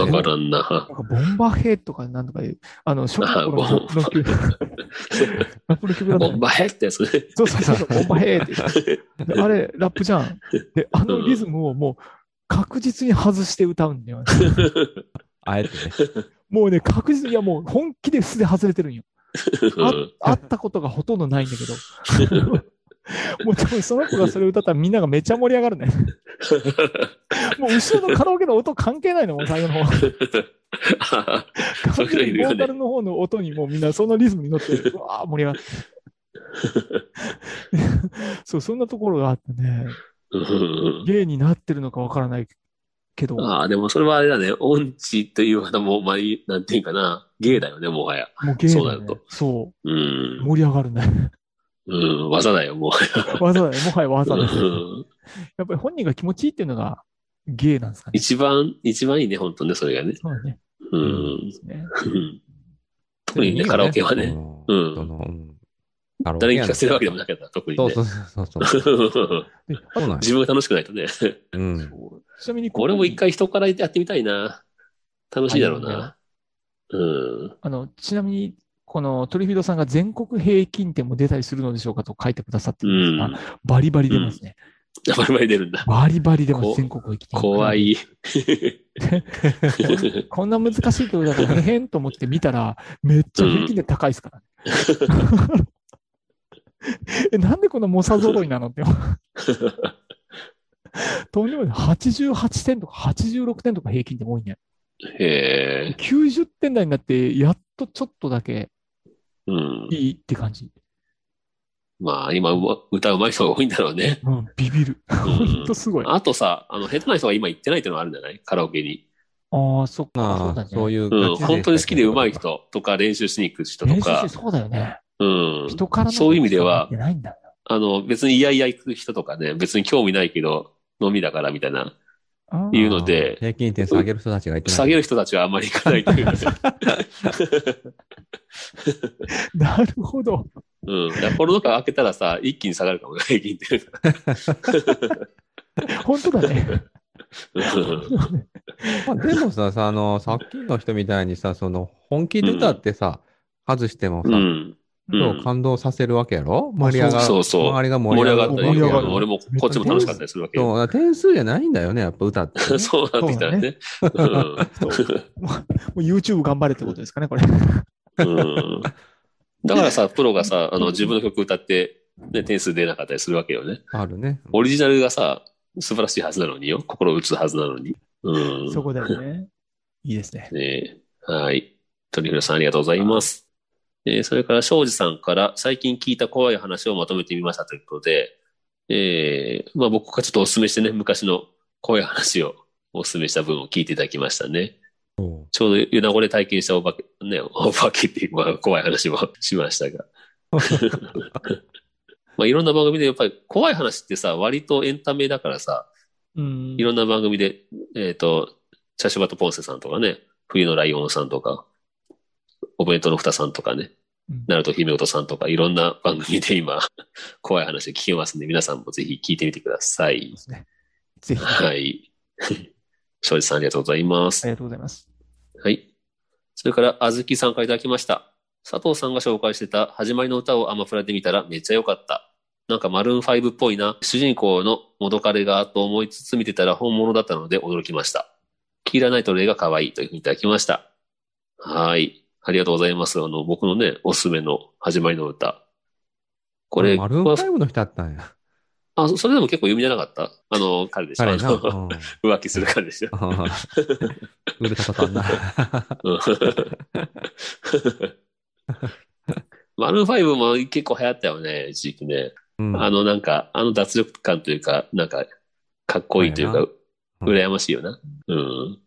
[SPEAKER 3] わ
[SPEAKER 2] わからんな。
[SPEAKER 4] なんかボンバーヘッドかなんとかいう、あの、初期の頃
[SPEAKER 2] あボン
[SPEAKER 4] の の曲、ラップの曲だった
[SPEAKER 2] ボ
[SPEAKER 4] の
[SPEAKER 2] ンバヘってやつね。
[SPEAKER 4] そうそうそう、ボンバーヘッドであれ、ラップじゃん。で、あのリズムをもう確実に外して歌うんだよ。
[SPEAKER 3] あえてね。
[SPEAKER 4] もうね、確実に、いやもう本気で素で外れてるんよ。
[SPEAKER 2] うん
[SPEAKER 4] 会ったことがほとんどないんだけど。 もう多分その子がそれ歌ったらみんながめっちゃ盛り上がるね。もう後ろのカラオケの音関係ないの、もう最後の方。
[SPEAKER 2] そう
[SPEAKER 4] 完
[SPEAKER 2] いう人いる
[SPEAKER 4] 全にボ
[SPEAKER 2] よ
[SPEAKER 4] ーカ
[SPEAKER 2] ね
[SPEAKER 4] ル。の方の音にもうみんなそのリズムに 乗って、うわー盛り上がって。そう、そんなところがあってね、
[SPEAKER 2] うん
[SPEAKER 4] 芸になってるのかわからないけど、も
[SPEAKER 2] ああ、でもそれはあれだね。音痴という方も、まり、なんていうかな。芸だよね、もはや。
[SPEAKER 4] う芸
[SPEAKER 2] そうな
[SPEAKER 4] だ、
[SPEAKER 2] る
[SPEAKER 4] ね
[SPEAKER 2] と、
[SPEAKER 4] そうう、
[SPEAKER 2] ん。
[SPEAKER 4] 盛り上 がるね。
[SPEAKER 2] うん、技だよ、もはや。
[SPEAKER 4] 技だね、もはや技です。
[SPEAKER 2] うん
[SPEAKER 4] やっぱり本人が気持ちいいっていうのが芸なんですかね。
[SPEAKER 2] 一番、一番いいね、本当ね、それがね。
[SPEAKER 4] そうだね。
[SPEAKER 2] う
[SPEAKER 4] で
[SPEAKER 2] ん。
[SPEAKER 4] すね
[SPEAKER 2] 特にね、カラオケはね、う
[SPEAKER 3] う
[SPEAKER 2] ん
[SPEAKER 3] ん。そのうんカラオケ
[SPEAKER 2] 誰に
[SPEAKER 3] や
[SPEAKER 2] 聞
[SPEAKER 3] ね
[SPEAKER 2] かせるわけでもなかった、特に
[SPEAKER 3] そ
[SPEAKER 2] ね
[SPEAKER 3] う。そうそうそう。
[SPEAKER 4] で
[SPEAKER 3] そうなんや
[SPEAKER 2] 自分が楽しくないとね。
[SPEAKER 3] うん。
[SPEAKER 4] ちなみにこう、
[SPEAKER 2] 俺も一回人からやってみたいな。楽しいだろうな。うん。
[SPEAKER 4] あの、ちなみに、このトリフィードさんが全国平均点も出たりするのでしょうかと書いてくださって
[SPEAKER 2] う
[SPEAKER 4] るんです
[SPEAKER 2] ん。
[SPEAKER 4] が、
[SPEAKER 2] あ
[SPEAKER 4] バリバリ出ますね。
[SPEAKER 2] まりまり出るんだ。
[SPEAKER 4] バリバリ出ま
[SPEAKER 2] こ
[SPEAKER 4] す、全国平均点。
[SPEAKER 2] 怖。い。
[SPEAKER 4] こんな難しい曲だから、へんと思って見たら、めっちゃ平均点高いですからね。 え、なんでこの猛者揃いなのって。とんでもない。88点とか86点とか平均点多いね。
[SPEAKER 2] へえ。
[SPEAKER 4] 90点台になって、やっとちょっとだけ
[SPEAKER 2] うん。
[SPEAKER 4] いいって感じ。
[SPEAKER 2] まあ、今うま、歌うまい人が多いんだろうね。
[SPEAKER 4] うん、ビビる。ほんとすごい。あ
[SPEAKER 2] あとさ、あの、下手な人が今行ってないっていうのはあるんじゃないカラオケに。
[SPEAKER 4] あ、そっか。そう
[SPEAKER 3] ま
[SPEAKER 4] だ
[SPEAKER 3] あ、
[SPEAKER 4] ね。
[SPEAKER 3] そういう
[SPEAKER 2] うん。
[SPEAKER 3] ガチ
[SPEAKER 2] 本当に好きで上手い
[SPEAKER 3] 人。
[SPEAKER 2] 人とか練習しに行く人と
[SPEAKER 4] 練習
[SPEAKER 2] か
[SPEAKER 4] して、そうだよね。
[SPEAKER 2] うん。
[SPEAKER 4] 人からの
[SPEAKER 2] そういう意味では
[SPEAKER 4] 言ってないんだ
[SPEAKER 2] あの、別にいやいや行く人とかね、別に興味ないけど、飲みだからみたいな、
[SPEAKER 4] あ
[SPEAKER 2] い
[SPEAKER 4] ー
[SPEAKER 2] うので
[SPEAKER 3] 平均点下げる人たちがいてない。
[SPEAKER 2] 下げる人たちはあんまり行かないと いうね。
[SPEAKER 4] なるほど。
[SPEAKER 2] うん。だからコロナ禍開けたらさ、一気に下がるかもね、平均って。
[SPEAKER 4] 本当だ ね。
[SPEAKER 2] うん
[SPEAKER 3] まあでもさ、さあの、さっきの人みたいにさ、その、本気で歌ってさ、外してもさ、
[SPEAKER 2] うん。
[SPEAKER 3] 人を感動させるわけやろ盛り上がる。
[SPEAKER 2] そうそう
[SPEAKER 3] 周りが盛
[SPEAKER 2] 盛
[SPEAKER 3] り
[SPEAKER 2] り上
[SPEAKER 3] 上が
[SPEAKER 2] がった
[SPEAKER 3] るという
[SPEAKER 2] り、
[SPEAKER 4] 盛り上がる
[SPEAKER 2] 俺もこっちも楽しかったりするわけ
[SPEAKER 3] そう、
[SPEAKER 2] よ。
[SPEAKER 3] だから点数じゃないんだよね、やっぱ歌ってね、
[SPEAKER 2] そうなってきたらね。うん
[SPEAKER 4] もう YouTube 頑張れってことですかね、これ。
[SPEAKER 2] うんだからさ、プロがさ、あの、自分の曲歌って、ね、点数出なかったりするわけよね。
[SPEAKER 3] あるね。
[SPEAKER 2] オリジナルがさ、素晴らしいはずなのによ。心打つはずなのに。うん。
[SPEAKER 4] そこだよね。いいですね。
[SPEAKER 2] ねえはい。鳥倉さんありがとうございます。えーそれから庄司さんから最近聞いた怖い話をまとめてみましたということで、えーまあ僕がちょっとお勧めしてね、昔の怖い話をお勧めした分を聞いていただきましたね。
[SPEAKER 3] そ
[SPEAKER 2] ちょうど湯名子で体験したお化け、ね、お化けっていう、まあ、怖い話もしましたが。まあいろんな番組でやっぱり怖い話ってさ、割とエンタメだからさ、
[SPEAKER 4] うん
[SPEAKER 2] い。ろんな番組で、えっ、と、チャシュバとポンセさんとかね、冬のライオンさんとか、お弁当の蓋さんとかね
[SPEAKER 4] うん、
[SPEAKER 2] ナルト姫音さんとか、いろんな番組で今、怖い話聞けますんで、皆さんもぜひ聞いてみてください
[SPEAKER 4] で。すね。ぜひ、あ
[SPEAKER 2] はい。 庄司さんありがとうございます。
[SPEAKER 4] りがとうございます。
[SPEAKER 2] はい。それから、あずきさんからいただきました。佐藤さんが紹介してた始まりの歌をアマプラで見たらめっちゃ良かった。なんかマルーン5っぽいな。主人公の元彼がと思いつつ見てたら本物だったので驚きました。キーラナイトレイが可愛いというふうにいただきました。はい。ありがとうございます。あの、僕のね、おすすめの始まりの歌。これ
[SPEAKER 3] マルーン
[SPEAKER 2] は、
[SPEAKER 3] 5の人だったんや。
[SPEAKER 2] あ、そそれでも結構有名じゃなかったあの、彼でした。
[SPEAKER 3] 彼な。う
[SPEAKER 2] あの
[SPEAKER 3] ん
[SPEAKER 2] 浮気する彼でした。
[SPEAKER 3] うるさかっ たな。
[SPEAKER 2] うんマルーン5も結構流行ったよね、一時期ね。
[SPEAKER 3] うん
[SPEAKER 2] あの、なんか、あの脱力感というか、なんか、かっこいいという
[SPEAKER 3] まあ
[SPEAKER 2] か、
[SPEAKER 3] なうん
[SPEAKER 2] 羨ましいよな。うん。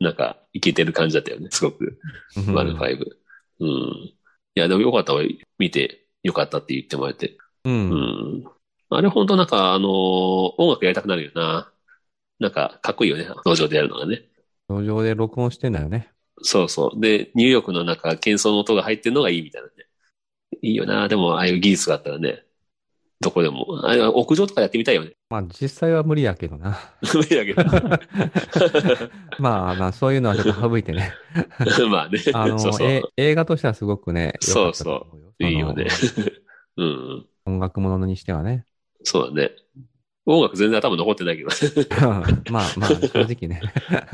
[SPEAKER 2] なんか、イケてる感じだったよね、すごく。マルファイブ。うん。いや、でもよかったわ。見てよかったって言ってもらえて。う
[SPEAKER 3] う。
[SPEAKER 2] ん
[SPEAKER 3] うん
[SPEAKER 2] ん。あれ本当なんか、あのー音楽やりたくなるよな。なんか、かっこいいよね。道場でやるのがね。
[SPEAKER 3] 路上で録音してんだよね。
[SPEAKER 2] そうそう。で、ニューヨークのなんか、喧騒の音が入ってるのがいいみたいなね。いいよな。でも、ああいう技術があったらね、どこでも。あれは屋上とかやってみたい よね。
[SPEAKER 3] まあ実際は無理やけどな。
[SPEAKER 2] 無理だけ
[SPEAKER 3] まあまあそういうのはちょっと省いてね。
[SPEAKER 2] ど。まあね。
[SPEAKER 3] あの
[SPEAKER 2] そうそう。
[SPEAKER 3] え映画としてはすごくね、良かったと思よ
[SPEAKER 2] いいよね
[SPEAKER 3] その。
[SPEAKER 2] うん。
[SPEAKER 3] 音楽ものにしては ね。
[SPEAKER 2] そうだね。音楽全然頭残ってないけど。
[SPEAKER 3] まあまあ正直ね。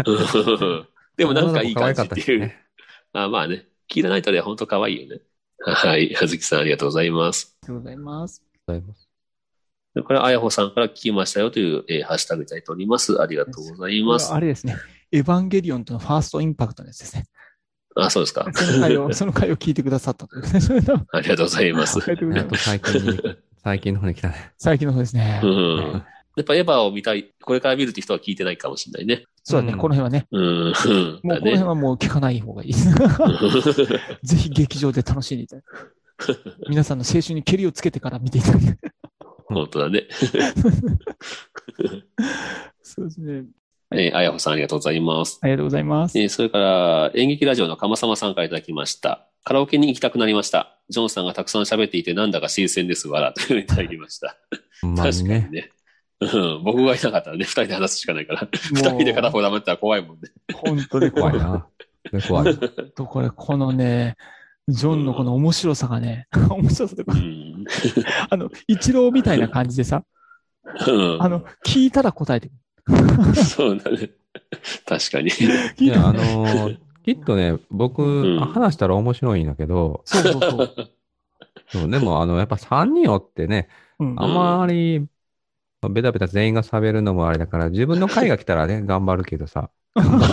[SPEAKER 2] うん でもなんかいい感じっていう。
[SPEAKER 3] 女の子可愛かったしね
[SPEAKER 2] あまあね。聞いてないとね、ほんと可愛いよね。はい。はずきさんありがとうございます。
[SPEAKER 4] とうございます。
[SPEAKER 3] ございます
[SPEAKER 2] でこれ、あやほさんから聞きましたよという、えーハッシュタグいただいております。ありがとうござい
[SPEAKER 4] こ
[SPEAKER 2] ま
[SPEAKER 4] れは
[SPEAKER 2] す。
[SPEAKER 4] あれですね。エヴァンゲリオンとのファーストインパクトのや つですね。
[SPEAKER 2] あ、そうですか。
[SPEAKER 4] その回を、その回を聞いてくださったと いうね。それ の
[SPEAKER 2] ありがとうございます。
[SPEAKER 4] 書いてくれ
[SPEAKER 3] や
[SPEAKER 4] た
[SPEAKER 3] っと最近に、最近の方に来た ね。
[SPEAKER 4] 最近の方ですね
[SPEAKER 2] う。ん。やっぱエヴァを見たい、これから見るって人は聞いてないかもしれないね。
[SPEAKER 4] そうだね、
[SPEAKER 3] うん
[SPEAKER 4] この辺はね。
[SPEAKER 2] うん。うん
[SPEAKER 4] もう
[SPEAKER 2] だ
[SPEAKER 4] この辺
[SPEAKER 2] ね。
[SPEAKER 4] はもう聞かない方がい い。ぜひ劇場で楽しんでいただく。 皆さんの青春に蹴りをつけてから見ていただく。
[SPEAKER 2] 本当だね。
[SPEAKER 4] そうですね。
[SPEAKER 2] えー、あやほさんありがとうございます。
[SPEAKER 4] ありがとうございます。
[SPEAKER 2] えーそれから、演劇ラジオの鎌様さんからいただきました。カラオケに行きたくなりました。ジョンさんがたくさん喋っていて、なんだか新鮮ですわら、というふうにいただきました。
[SPEAKER 3] ほんま
[SPEAKER 2] 確かに
[SPEAKER 3] にね。
[SPEAKER 2] ね。うん、僕がいなかったらね、二人で話すしかないから。二人で片方黙ってたら怖いもんね。
[SPEAKER 4] 本当で
[SPEAKER 3] 怖
[SPEAKER 4] 怖
[SPEAKER 3] い
[SPEAKER 4] い。
[SPEAKER 3] な。怖い。
[SPEAKER 4] と、これ、このね、ジョンのこの面白さがね、面白さと
[SPEAKER 2] う
[SPEAKER 4] いうか、
[SPEAKER 2] ん。
[SPEAKER 4] あの、一郎みたいな感じでさ、
[SPEAKER 2] うん
[SPEAKER 4] あの、聞いたら答えてく
[SPEAKER 2] そうだね。確 かに。
[SPEAKER 4] る。
[SPEAKER 3] い
[SPEAKER 4] 聞いた
[SPEAKER 3] や、
[SPEAKER 4] ら
[SPEAKER 3] あのーきっとね、僕、
[SPEAKER 2] うん
[SPEAKER 3] 話したら面白いんだけど、
[SPEAKER 4] そうそうそう。
[SPEAKER 3] そうでも、あの、やっぱ3人おってね、
[SPEAKER 4] うん
[SPEAKER 3] あまり、ベタベタ全員が喋るのもあれだから、自分の回が来たらね、頑張るけどさ、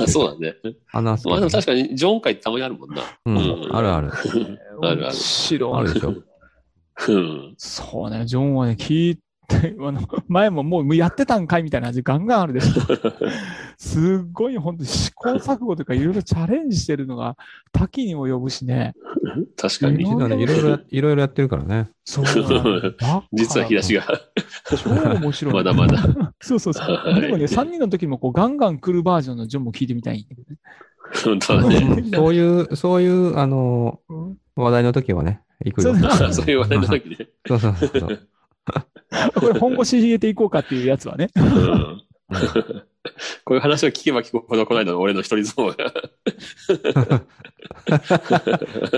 [SPEAKER 2] そうだね。
[SPEAKER 3] 話すけ
[SPEAKER 2] まあ
[SPEAKER 3] ど
[SPEAKER 2] で
[SPEAKER 3] ね
[SPEAKER 2] も確かに、ジョン会ってたまにあるもんな。
[SPEAKER 3] うん、あるあ
[SPEAKER 2] あ
[SPEAKER 3] る。
[SPEAKER 2] るある
[SPEAKER 4] 面白
[SPEAKER 3] あ
[SPEAKER 4] い
[SPEAKER 3] るでしょ。
[SPEAKER 2] うん。
[SPEAKER 4] そうね、ジョンはね、聞いて、あの、 前ももうやってたんかいみたいな味ガンガンあるでし ょ。すっごい本当に試行錯誤というか、いろいろチャレンジしてるのが多岐に及ぶしね。
[SPEAKER 2] 確かに
[SPEAKER 3] う。ちのね、いろいろや、いろいろやってるからね。
[SPEAKER 4] そうなんだ
[SPEAKER 2] 実は日差し。が。
[SPEAKER 4] 超面白 い。
[SPEAKER 2] まだまだ。
[SPEAKER 4] そうそうそう。
[SPEAKER 2] はい
[SPEAKER 4] でもね、3人の時もこうガンガン来るバージョンのジョンも聞いてみたい んだけどね。
[SPEAKER 2] 本当だ
[SPEAKER 4] う
[SPEAKER 2] ね。
[SPEAKER 4] ん
[SPEAKER 3] そういう、そういう、あのー話題の時はね、行くよ。
[SPEAKER 4] そう だ
[SPEAKER 2] そういう話題の時ね。
[SPEAKER 3] そうそうそうそう。
[SPEAKER 4] これ本腰入れていこうかっていうやつ はね。
[SPEAKER 2] うんこういう話を聞けば聞くほどこないの俺の一人相撲が。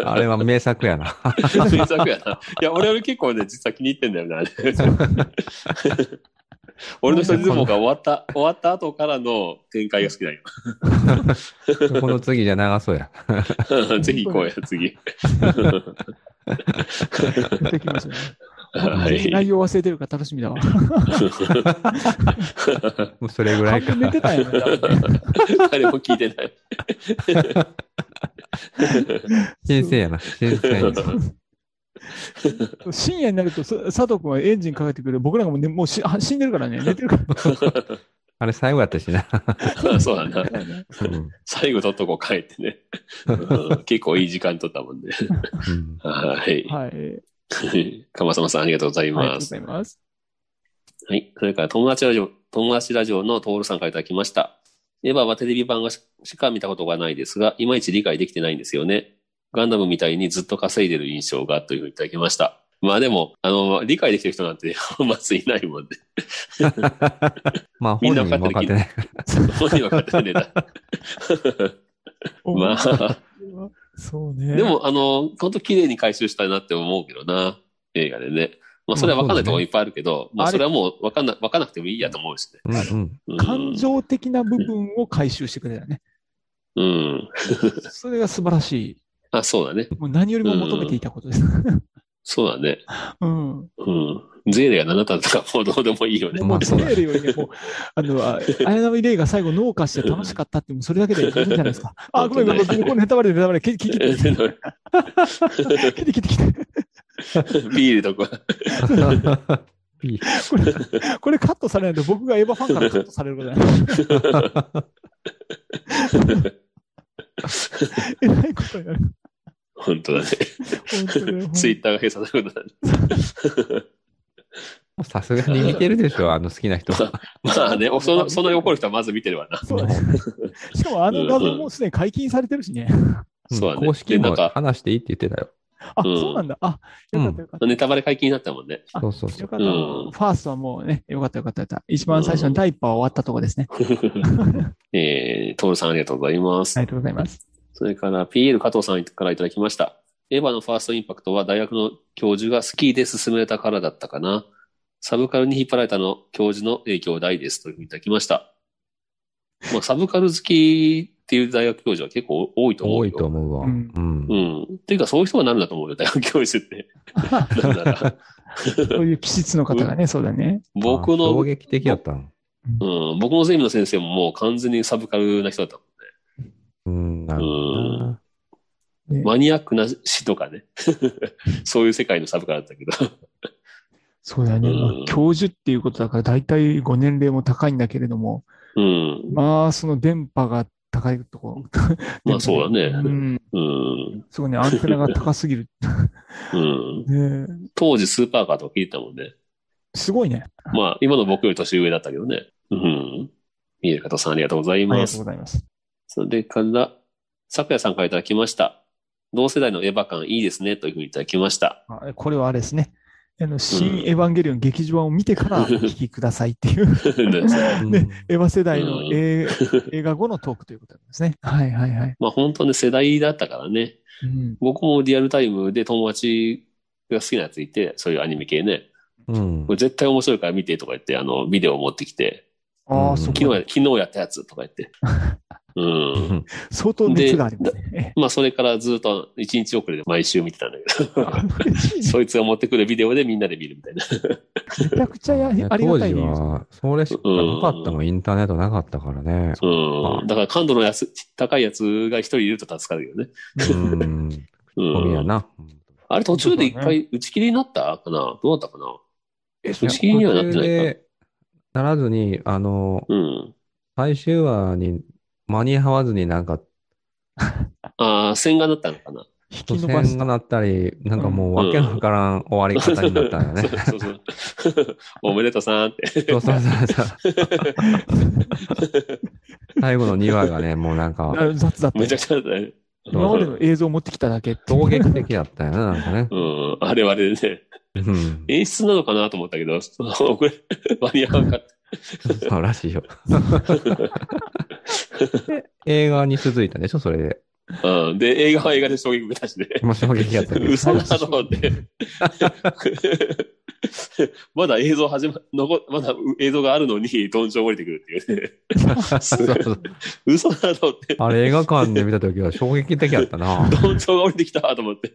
[SPEAKER 3] あれは名作やな。
[SPEAKER 2] 名作やな。いや、俺は結構ね、実は気に入ってんだよね、あれ。俺の一人相撲が終わった、終わった後からの展開が好きだ
[SPEAKER 3] この次じゃ長そうや。
[SPEAKER 2] よ。 ぜひ行こうや、次。
[SPEAKER 4] やっていきましょうね
[SPEAKER 2] は
[SPEAKER 4] 内
[SPEAKER 2] い。
[SPEAKER 4] 容忘れてるから楽しみだわ。
[SPEAKER 3] もうそれぐら
[SPEAKER 4] 半
[SPEAKER 3] いか
[SPEAKER 4] 分。寝てたんやね多分ね。
[SPEAKER 2] 誰も聞いてない。
[SPEAKER 3] 新鮮やな。新鮮やな。
[SPEAKER 4] 深夜になると、そ佐藤君はエンジンかけてくれる。僕らがもう,、ね、もうしあ死んでるからね、寝てるか
[SPEAKER 3] あれ最後やったしな。
[SPEAKER 2] そうだな。
[SPEAKER 4] らね。
[SPEAKER 3] うん
[SPEAKER 2] 最後取っとこう、帰ってね。うん結構いい時間取ったもんね。
[SPEAKER 3] うん
[SPEAKER 2] はい。
[SPEAKER 4] はい。あり
[SPEAKER 2] 鎌様さん、ありがとうござい
[SPEAKER 4] がとう
[SPEAKER 2] ま
[SPEAKER 4] ご
[SPEAKER 2] す
[SPEAKER 4] ざ。います。
[SPEAKER 2] はい。それから、友達ラジオ、友達ラジオのトールさんからいただきました。エヴァはテレビ版がししか見たことがないですが、いまいち理解できてないんですよね。ガンダムみたいにずっと稼いでる印象がというふうにいただきました。まあでも、あの、理解できてる人なんて、 まずいないもんで。
[SPEAKER 3] まあ本人も分かってない。
[SPEAKER 2] 本人は勝手に 出た。まあ、
[SPEAKER 4] そうね。
[SPEAKER 2] で、も、あの、本当綺麗に回収したいなって思うけどな、映画でね。まあ、それは分かんないところいっぱいあるけど、ま
[SPEAKER 4] ま
[SPEAKER 2] あ、
[SPEAKER 4] あ
[SPEAKER 2] そ
[SPEAKER 4] そうだね
[SPEAKER 2] れはもう分かんな、分かんなくてもいいやと思うしね。
[SPEAKER 3] うんうん。
[SPEAKER 2] うん
[SPEAKER 4] 感情的な部分を回収してくれたね。
[SPEAKER 2] うん。
[SPEAKER 4] それが素晴らしい。
[SPEAKER 2] あ、そうだね。
[SPEAKER 4] もう何よりも求めていたことです。
[SPEAKER 2] そうだね。
[SPEAKER 4] うん。
[SPEAKER 2] うん。ゼーレが7段とかもうどうでもいいよね。
[SPEAKER 4] もう
[SPEAKER 3] そう
[SPEAKER 4] ゼ
[SPEAKER 3] だ
[SPEAKER 4] ーレよりね、もう、あの、あ綾波レイが最後、農家して楽しかったって、もうそれだけでいいじゃないですか。あ、ごめんごめん、ごめんこのネタバレ、ネタバレ、聞いて、聞いて、聞いて、聞いて、聞いて
[SPEAKER 2] ビールとか。
[SPEAKER 4] これ、 これカットされないと、僕がエヴァファンからカットされることになる。えらいことになる。
[SPEAKER 2] 本当だね。
[SPEAKER 4] 本当だよ
[SPEAKER 2] ツイッターが閉鎖されることになる。
[SPEAKER 3] さすがに見てるでしょ、あの好きな人は。
[SPEAKER 2] まあね、その、その怒る人はまず見てるわな。
[SPEAKER 4] そうだね。しかも、あの画像もすでに解禁されてるしね。
[SPEAKER 2] そうだね。
[SPEAKER 3] 公式
[SPEAKER 2] でな
[SPEAKER 3] も
[SPEAKER 2] んか、
[SPEAKER 3] 話していいって言ってたよ。
[SPEAKER 4] あ、そうなんだ。あ、よかったよかった。
[SPEAKER 2] ネタバレ解禁になったもんね。
[SPEAKER 4] あ
[SPEAKER 3] そうそうそ
[SPEAKER 4] よ
[SPEAKER 3] う。
[SPEAKER 4] かった。フ
[SPEAKER 2] うん
[SPEAKER 4] ァーストはもうね、よかったよかったよかった。一番最初の第一波は終わったとこですね。
[SPEAKER 2] えー、トールさんありがとうございます
[SPEAKER 4] あり。がとうございます。
[SPEAKER 2] それから PL 加藤さんからいただきました。エヴァのファーストインパクトは大学の教授がスキーで進めたからだったかな。サブカルに引っ張られたの教授の影響大ですというふうにいただきました。まあ、サブカル好きっていう大学教授は結構多いと思うよ。
[SPEAKER 3] 多いと思うわ。
[SPEAKER 4] う
[SPEAKER 3] う
[SPEAKER 4] ん
[SPEAKER 3] ん
[SPEAKER 2] う。ん。っていうか、そういう人がなるんだと思うよ、大学教授って。なんだ か
[SPEAKER 4] そういう気質の方がね、そうだね。
[SPEAKER 2] 僕
[SPEAKER 3] あ衝
[SPEAKER 2] の、
[SPEAKER 3] 撃的だったの。
[SPEAKER 2] うん、僕のゼミの先生ももう完全にサブカルな人だったもんね。
[SPEAKER 3] うん、なるほどな。
[SPEAKER 2] マニアックな詩とかね。 そういう世界のサブカルだったけど。
[SPEAKER 4] そうだね。
[SPEAKER 2] うん
[SPEAKER 4] まあ教授っていうことだから、大体ご年齢も高いんだけれども、
[SPEAKER 2] うん。
[SPEAKER 4] まあ、その電波が高いところ。
[SPEAKER 2] まあそうだね。
[SPEAKER 4] うん。
[SPEAKER 2] うん。
[SPEAKER 4] すごいね、アンテナが高すぎる。
[SPEAKER 2] うん。
[SPEAKER 4] ね
[SPEAKER 2] 当時スーパーカーとか聞いてたもんね。
[SPEAKER 4] すごいね。
[SPEAKER 2] まあ今の僕より年上だったけどね。うん。見える方さんありがとうござい
[SPEAKER 4] あり
[SPEAKER 2] ま
[SPEAKER 4] がとう
[SPEAKER 2] す
[SPEAKER 4] ご。ざいます。
[SPEAKER 2] それから、昨夜さんからいただきました。同世代のエヴァ感いいですね、というふうにいただきました。
[SPEAKER 4] あこれはあれですね。あの、新エヴァンゲリオン劇場版を見てからお聞きくださいっ ていう。
[SPEAKER 3] うん
[SPEAKER 4] ねエヴァ世代の
[SPEAKER 2] うん
[SPEAKER 4] 映映画後のトークということなんですね。はいはいはい。
[SPEAKER 2] まあ本当ね、世代だったからね。
[SPEAKER 4] うん、
[SPEAKER 2] 僕もリアルタイムで友達が好きなやついて、そういうアニメ系ね。
[SPEAKER 3] うん
[SPEAKER 2] これ絶対面白いから見てとか言って、あの、ビデオを持ってきて、
[SPEAKER 4] あ
[SPEAKER 3] う
[SPEAKER 4] あ、
[SPEAKER 3] ん
[SPEAKER 4] そ
[SPEAKER 2] 昨日
[SPEAKER 4] こ
[SPEAKER 2] や、昨日やったやつとか言 って。うん。
[SPEAKER 4] 相当熱がありますね。
[SPEAKER 2] まあ、それからずっと1日遅れで毎週見てたんだけど、
[SPEAKER 4] 嬉しいね
[SPEAKER 2] そいつが持ってくるビデオでみんなで見るみたいな。
[SPEAKER 4] めちゃくちゃやあり
[SPEAKER 3] ね
[SPEAKER 4] がたい
[SPEAKER 3] 当時
[SPEAKER 4] 理由
[SPEAKER 3] は、それしかなかったもん、インターネットなかったからね。
[SPEAKER 2] うん。だから感度の安い高いやつが一人いると助かるよね。
[SPEAKER 3] うん。ゴミ
[SPEAKER 2] う
[SPEAKER 3] や
[SPEAKER 2] ん。
[SPEAKER 3] な。
[SPEAKER 2] あれ途中で一回打ち切りになったかなどうだったかな
[SPEAKER 4] え
[SPEAKER 2] 打ち切りにはなって
[SPEAKER 3] 途中
[SPEAKER 2] ないか。
[SPEAKER 3] でならずに、あの、
[SPEAKER 2] うん。
[SPEAKER 3] 最終話に間に合わずになんか、
[SPEAKER 2] ああ、洗顔だったのかな
[SPEAKER 4] 引き
[SPEAKER 3] 突
[SPEAKER 4] 伸ばし
[SPEAKER 3] 然
[SPEAKER 4] た
[SPEAKER 3] が。なったり、なんかもうわけのわからん終わり方になったんだね。
[SPEAKER 2] そうそうそう。おめでとうさんって。
[SPEAKER 3] そうそうそうそう。最後の2話がね、もうなんか、
[SPEAKER 4] あ雑だった
[SPEAKER 2] めちゃくちゃだったね。
[SPEAKER 4] 今までの映像を持ってきただけっていう
[SPEAKER 3] 衝撃的だったよね、なんかね。
[SPEAKER 2] うん。あれはあれでね。
[SPEAKER 3] うん。
[SPEAKER 2] 演出なのかなと思ったけど、 その遅れ、間に合わんかった。
[SPEAKER 3] そうらしいよ。で映画に続いたでしょ、それで。
[SPEAKER 2] うん。で、映画は映画で衝撃受けたしね。
[SPEAKER 3] もう衝撃やったけど。
[SPEAKER 2] 嘘だと思って。まだ映像始ま、残、まだ映像があるのに、どんちょん降りてくるっていうね。
[SPEAKER 3] そうそう
[SPEAKER 2] 嘘だと思って、
[SPEAKER 3] あれ映画館で見たときは衝撃的やったな。
[SPEAKER 2] どんちょんが降りてきたと思って。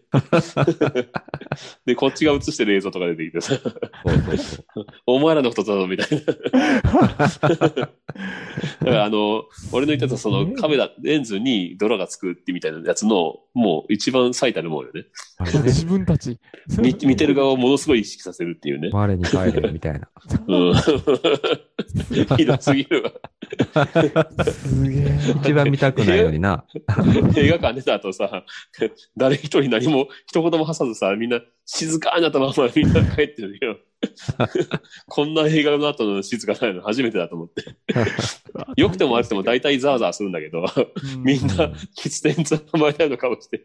[SPEAKER 2] で、こっちが映してる映像とか出てきてさ、
[SPEAKER 3] そうそうそう。
[SPEAKER 2] お前らのことだぞみたいな。だからあの、俺の言ってたそのカメラ、レンズに泥がつくってみたいなやつの、もう一番最たるもんよね。
[SPEAKER 3] あれね
[SPEAKER 4] 自分たち。
[SPEAKER 2] 見見てる側をものすごい意識させるっていうね。
[SPEAKER 3] 我に帰れみたいな。
[SPEAKER 2] うん。ひどすぎるわ。
[SPEAKER 4] すげえな。
[SPEAKER 3] 一番見たくないのにな。
[SPEAKER 2] 映画館出た後さ、誰一人何も、一言も挟まずさ、みんな静かになったままみんな帰ってるよ。 こんな映画の後の静かなの初めてだと思って。良くても悪くても大体ザワザワするんだけど、
[SPEAKER 4] うん
[SPEAKER 2] みんな喫煙つままり合うの顔して。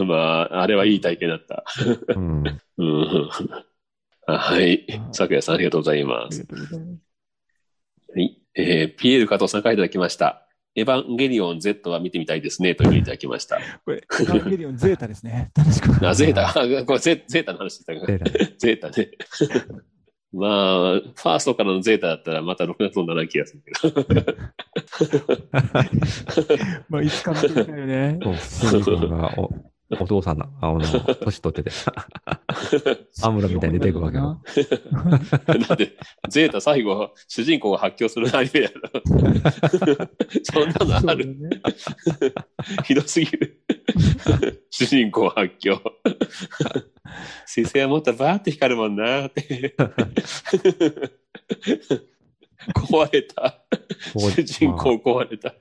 [SPEAKER 2] まあ、あれはいい体験だった。
[SPEAKER 3] うん。
[SPEAKER 2] うん。はい。昨夜さんありがとうございま
[SPEAKER 4] あり
[SPEAKER 2] す。
[SPEAKER 4] がとうございます
[SPEAKER 2] はい。えー、ピエール加藤さんからいただきました。エヴァンゲリオン Z は見てみたいですね、というふうにいただきました。
[SPEAKER 4] これ、エヴァンゲリオンゼータですね。楽しく。
[SPEAKER 2] あ、ゼータ。あこれゼゼータの話してたから。
[SPEAKER 3] 出ない
[SPEAKER 2] ゼータね。まあ、ファーストからのゼータだったらまた6月の7気がするけど。
[SPEAKER 4] まあ、いつかの時だよね。
[SPEAKER 3] そう、シンジ君がおお父さんの、あの、年取ってて、アムロみたいに出てくるわけよ。
[SPEAKER 2] だって、ゼータ最後、主人公が発狂するアニメやろ。そんなのあ
[SPEAKER 4] そうだ
[SPEAKER 2] る
[SPEAKER 4] よね。
[SPEAKER 2] ひどすぎる。主人公発狂。生成はもっとバーって光るもんなって。壊れた。主人公壊れた。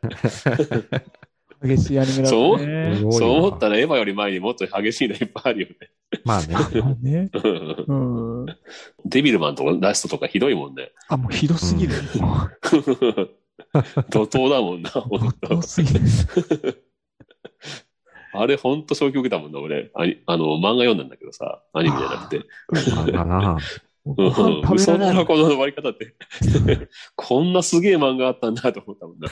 [SPEAKER 4] 激しいアニメだったね。
[SPEAKER 3] まあ
[SPEAKER 2] そう思ったらエヴァより前にもっと激しいのいっぱいあるよね
[SPEAKER 3] まあね。
[SPEAKER 4] まあね。
[SPEAKER 2] うん。
[SPEAKER 4] うん。
[SPEAKER 2] デビルマンとかラストとかひどいもんね。
[SPEAKER 4] あ、もうひどすぎる。もう
[SPEAKER 2] 怒涛だもんな、ほん
[SPEAKER 4] ひど
[SPEAKER 2] と。
[SPEAKER 4] すぎる。
[SPEAKER 2] あれほんと消極だもんな、俺。あにあの、漫画読んだんだけどさ、アニメじゃなくて。
[SPEAKER 3] まあかな。
[SPEAKER 2] うん
[SPEAKER 4] ご飯食
[SPEAKER 2] 嘘
[SPEAKER 4] べら
[SPEAKER 2] だ
[SPEAKER 4] れな
[SPEAKER 2] ろ、。
[SPEAKER 4] い
[SPEAKER 2] この終わり方って。 こんなすげえ漫画あったんだと思ったもんな。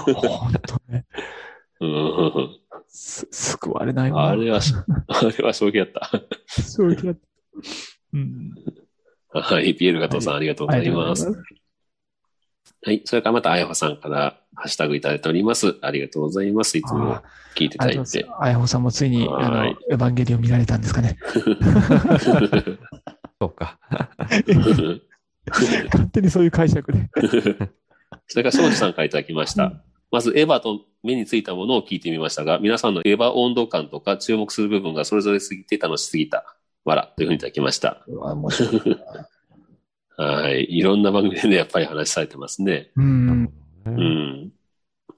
[SPEAKER 4] 本当ね。
[SPEAKER 2] うん
[SPEAKER 4] す、救われないわ。
[SPEAKER 2] あれは、あれは衝撃だった。
[SPEAKER 4] そうだった。うん。
[SPEAKER 2] はい、ピエール加藤さん、ありがとうございます。はい。それからまた、あやほさんからハッシュタグいただいております。ありがとうございます。いつも聞いてい
[SPEAKER 4] あ
[SPEAKER 2] た
[SPEAKER 4] り
[SPEAKER 2] だ
[SPEAKER 4] がとうご
[SPEAKER 2] い
[SPEAKER 4] ざい
[SPEAKER 2] て。
[SPEAKER 4] ます。あやほさんもついに、
[SPEAKER 2] は
[SPEAKER 4] あの、
[SPEAKER 2] い
[SPEAKER 4] エヴァンゲリオン見られたんですかね。
[SPEAKER 3] そうか。
[SPEAKER 4] 勝手にそういう解釈で。
[SPEAKER 2] それから、庄司さんからいただきまし
[SPEAKER 4] う
[SPEAKER 2] た。まず、エヴァと目についたものを聞いてみましたが、皆さんのエヴァ温度感とか注目する部分がそれぞれすぎて楽しすぎた。わら、というふうにいただきました。
[SPEAKER 4] うわ、面白い。
[SPEAKER 2] はい。いろんな番組でね、やっぱり話されてますね。
[SPEAKER 4] うん。
[SPEAKER 2] うん。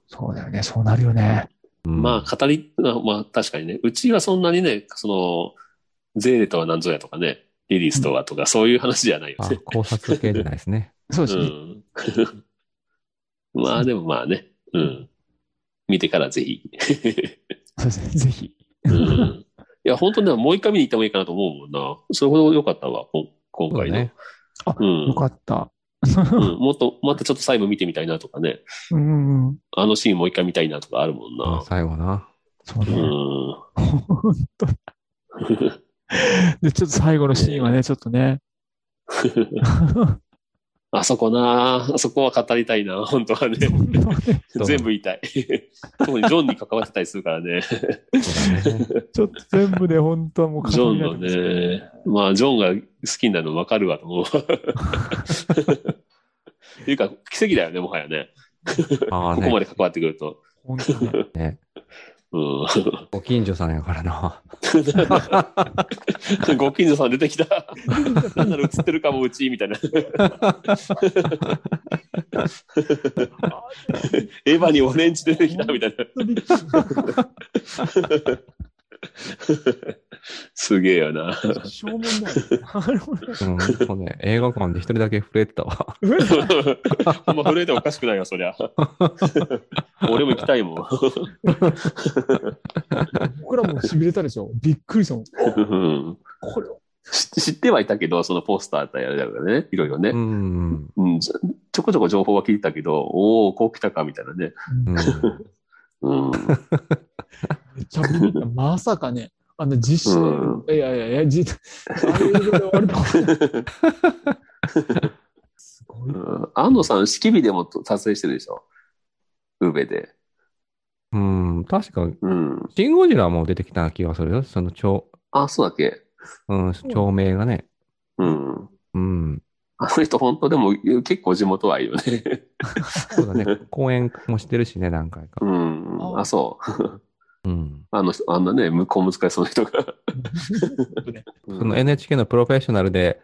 [SPEAKER 4] そうだよね。そうなるよね。
[SPEAKER 2] まあ、語り、まあまあ、確かにね。うちはそんなにね、その、ゼーレとは何ぞやとかね、リリースとはとか、そういう話じゃないよ
[SPEAKER 3] あ
[SPEAKER 2] ね。
[SPEAKER 3] 考察系じゃないですね。
[SPEAKER 4] そうです
[SPEAKER 2] う
[SPEAKER 4] ね。
[SPEAKER 2] ん。 まあ、でもまあね、うん。見てからぜひ。
[SPEAKER 4] そうですね。ぜひ。
[SPEAKER 2] うんいや、本当ね、もう一回見に行ってもいいかなと思うもんな。それほど良かったわ、こん今
[SPEAKER 3] そう
[SPEAKER 2] 回
[SPEAKER 3] だ
[SPEAKER 2] の。
[SPEAKER 3] ね。
[SPEAKER 2] う
[SPEAKER 4] よ
[SPEAKER 2] ん
[SPEAKER 4] かった。
[SPEAKER 2] うん。もっと、またちょっと細部見てみたいなとかね。
[SPEAKER 4] うんうん。
[SPEAKER 2] あのシーンもう一回見たいなとかあるもん
[SPEAKER 3] まあ
[SPEAKER 2] な。
[SPEAKER 3] 最後な。
[SPEAKER 4] そう
[SPEAKER 2] うん。
[SPEAKER 4] ね。本当 だで、ちょっと最後のシーンはね、ちょっと ね。
[SPEAKER 2] あそこなあそこは語りたいな、本当はね。
[SPEAKER 3] そう
[SPEAKER 2] 全部言いたい。 特にジョンに関わってたりするからね。
[SPEAKER 3] そうだね。
[SPEAKER 4] ちょっと全部で本当はもう
[SPEAKER 2] ジョ
[SPEAKER 4] 語
[SPEAKER 2] ン
[SPEAKER 4] り
[SPEAKER 2] の
[SPEAKER 4] 合えてます
[SPEAKER 2] ね、まあ、ジョンが好きになるの分かるわと思う。 っていうか、奇跡だよね、もはやね。
[SPEAKER 3] まあ
[SPEAKER 2] ここま
[SPEAKER 3] ね。
[SPEAKER 2] で関わってくると。
[SPEAKER 4] 本当にね
[SPEAKER 3] ね
[SPEAKER 2] うん。
[SPEAKER 3] ご近所さんやからな。
[SPEAKER 2] ご近所さん出てき た。なんなら映ってるかも、うち、み たいな。エヴァにオレンジ出てきた、みたいな。 すげえよな。
[SPEAKER 4] 正面だよ。
[SPEAKER 3] うん、そうね。映画館で一人だけ震えてたわ。
[SPEAKER 2] ほんま震えておかしくないよ、そりゃ。俺も行きたいもん。
[SPEAKER 4] 僕らも痺れたでしょ。びっくりしたもん。
[SPEAKER 2] うん
[SPEAKER 4] これ
[SPEAKER 2] 知 知ってはいたけど、そのポスターってあれだからね、いろいろね。
[SPEAKER 3] うんうん。
[SPEAKER 2] うん、ちょちょこちょこ情報は聞いたけど、おお、こう来たか、みたいなね。
[SPEAKER 3] う
[SPEAKER 2] う
[SPEAKER 3] ん
[SPEAKER 2] ん。
[SPEAKER 4] めっちゃビビった。まさかね、あの実写、いやいやいや、実、あれで終わると思ってす ごい。
[SPEAKER 2] うん安藤さん、式日でも撮影してるでしょ宇部で。
[SPEAKER 3] うん、確か、
[SPEAKER 2] うん。
[SPEAKER 3] シン・ゴジラも出てきた気がするよ。その、超、
[SPEAKER 2] あ、そうだっけ
[SPEAKER 3] うん、町名がね。
[SPEAKER 2] うん。
[SPEAKER 3] うん。
[SPEAKER 2] あの人、本当でも、結構地元はいいよね。
[SPEAKER 3] そうだね。公演もしてるしね、何回か
[SPEAKER 2] う。ん。あ、そう。
[SPEAKER 3] うん。
[SPEAKER 2] あの人、あんなね、向こう難しそうな人が。う
[SPEAKER 3] その
[SPEAKER 2] ん
[SPEAKER 3] NHK のプロフェッショナルで、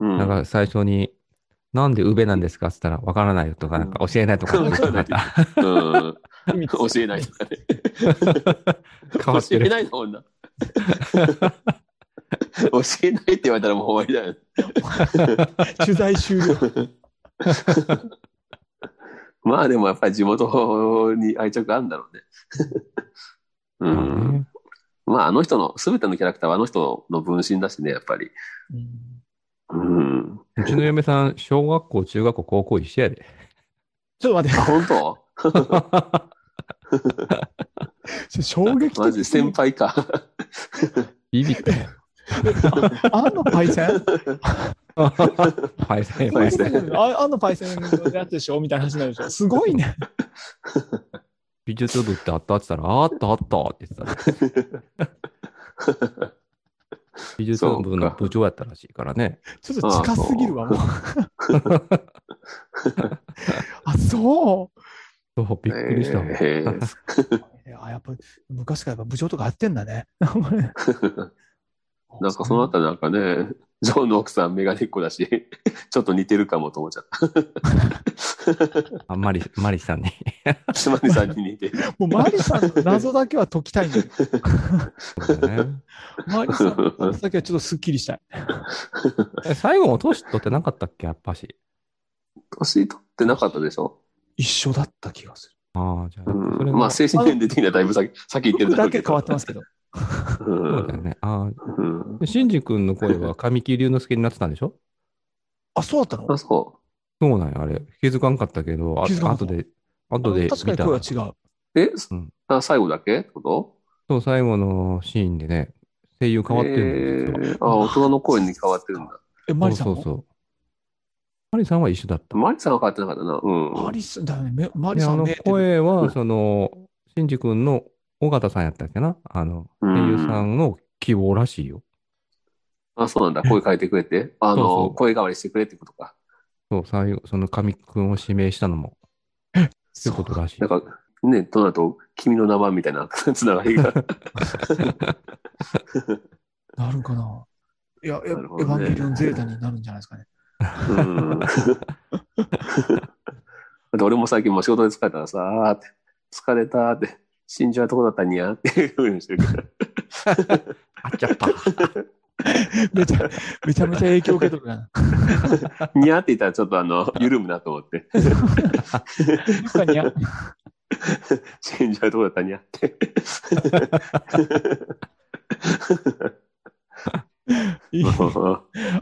[SPEAKER 2] うん
[SPEAKER 3] なんか最初に、なんで宇部なんですかって言ったら、わからないよとか、なんか教えないとか、
[SPEAKER 2] うん
[SPEAKER 3] なんか
[SPEAKER 2] うん。教えないとか ね。
[SPEAKER 3] 変わっ
[SPEAKER 2] 教
[SPEAKER 3] て
[SPEAKER 2] え
[SPEAKER 3] る。
[SPEAKER 2] ないの、女。教えないって言われたらもう終わりだよ。
[SPEAKER 4] 取材終了。
[SPEAKER 2] まあでもやっぱり地元に愛着があるんだろうね。う
[SPEAKER 3] まあ
[SPEAKER 2] ん。
[SPEAKER 3] ね
[SPEAKER 2] まああの人の、すべてのキャラクターはあの人の分身だしね、やっぱり。うん。
[SPEAKER 3] うちの嫁さん、小学校、中学校、高校一緒やで。
[SPEAKER 4] ちょっと待っ
[SPEAKER 2] あ、本当
[SPEAKER 4] て、衝撃
[SPEAKER 2] マジ
[SPEAKER 4] 的。
[SPEAKER 2] 先輩か。
[SPEAKER 3] ビビったよ。
[SPEAKER 4] あのパイセン
[SPEAKER 3] パイセン、パイセン。
[SPEAKER 4] ああのパイセンのやつでしょみたいな話になるでしょ。すごいね。
[SPEAKER 3] 美術部ってあったって言ったら、あったあったって言ってた。美術部の部長やったらしいからね。
[SPEAKER 4] ちょっと近すぎるわ、もう。あ、そう。
[SPEAKER 3] そう、 びっくりしたもん。
[SPEAKER 2] へー
[SPEAKER 4] いや、やっぱ昔からやっぱ部長とかやってんだね。
[SPEAKER 2] なんかそのあたりなんかね、ジョンの奥さんメガネっ子だし、 ちょっと似てるかもと思っちゃった。
[SPEAKER 3] あんまり、マリさんに。
[SPEAKER 2] つまりさんに似てる。
[SPEAKER 4] もうマリさんの謎だけは解きたい んだけど、
[SPEAKER 3] そうだよね
[SPEAKER 4] マリさんの謎だけはちょっとスッキリしたい。
[SPEAKER 3] え最後も年取ってなかったっけ、やっぱし。
[SPEAKER 2] 年取ってなかったでしょ
[SPEAKER 4] 一緒だった気がする。
[SPEAKER 3] ああ、じゃあ、
[SPEAKER 2] うん
[SPEAKER 3] それも
[SPEAKER 2] まあ精神年齢的にはだいぶ先、 先行ってるだろ
[SPEAKER 4] 僕だ
[SPEAKER 2] うけ
[SPEAKER 4] け
[SPEAKER 2] ど。
[SPEAKER 4] 変わってますけど。
[SPEAKER 2] う
[SPEAKER 3] そうだよ
[SPEAKER 2] ん。
[SPEAKER 3] ね。あ
[SPEAKER 2] うん
[SPEAKER 3] あ、シンジ君の声は神木隆之介になってたんで しょ
[SPEAKER 4] あ、そうだったの
[SPEAKER 2] あ、そ
[SPEAKER 3] そうなんよ、あれ。気づかんかったけど、あ
[SPEAKER 4] 気づかんかった
[SPEAKER 3] 後で、後で
[SPEAKER 4] 確か
[SPEAKER 3] 見
[SPEAKER 4] に
[SPEAKER 3] た
[SPEAKER 4] 声は
[SPEAKER 3] ら。
[SPEAKER 4] 違う。
[SPEAKER 2] う。え、
[SPEAKER 3] ん
[SPEAKER 2] あ最後だけってこと
[SPEAKER 3] そう、最後のシーンでね、声優変わってるんです
[SPEAKER 2] え
[SPEAKER 3] よ。
[SPEAKER 2] ーあ、大人の声に変わってるんだ。
[SPEAKER 4] え、マリさん
[SPEAKER 3] そ
[SPEAKER 4] も
[SPEAKER 3] うそうそう。マリさんは一緒だった。
[SPEAKER 2] マリさんは変わってなかったな。うん。
[SPEAKER 4] マリさんだよね。めマリ
[SPEAKER 3] で、
[SPEAKER 4] さ
[SPEAKER 3] あ
[SPEAKER 4] ん
[SPEAKER 3] の
[SPEAKER 4] めでてる
[SPEAKER 3] 声
[SPEAKER 2] うん
[SPEAKER 3] は、その、シンジ君の尾形さんやったっけなあの、
[SPEAKER 2] う
[SPEAKER 3] 声
[SPEAKER 2] ん
[SPEAKER 3] 優さんの希望らしいよ。
[SPEAKER 2] あ、そうなんだ。声変えてくれて。あの、
[SPEAKER 3] そうそう
[SPEAKER 2] 声変わりしてくれってことか。
[SPEAKER 3] そう、最後、その神木君を指名したのも、ってことらしい
[SPEAKER 2] なん。か、ね、となると、君の名前みたいなつながりが。
[SPEAKER 4] なるかな。いや、エヴ
[SPEAKER 2] なるほどね
[SPEAKER 4] ァンゲリオンゼータになるんじゃないですかね。
[SPEAKER 2] うん。だって俺も最近もう仕事で疲れたらさ、あーって、疲れたーって、死んじゃうとこだったにゃーっていうふうにしてるから。
[SPEAKER 3] あっちゃ った。
[SPEAKER 4] めちゃめちゃめちゃ影響受けとるな。
[SPEAKER 2] にゃーって言ったらちょっとあの、緩むなと思って。
[SPEAKER 4] 確かにや
[SPEAKER 2] 死んじゃうとこだったにゃー
[SPEAKER 4] いい
[SPEAKER 2] って。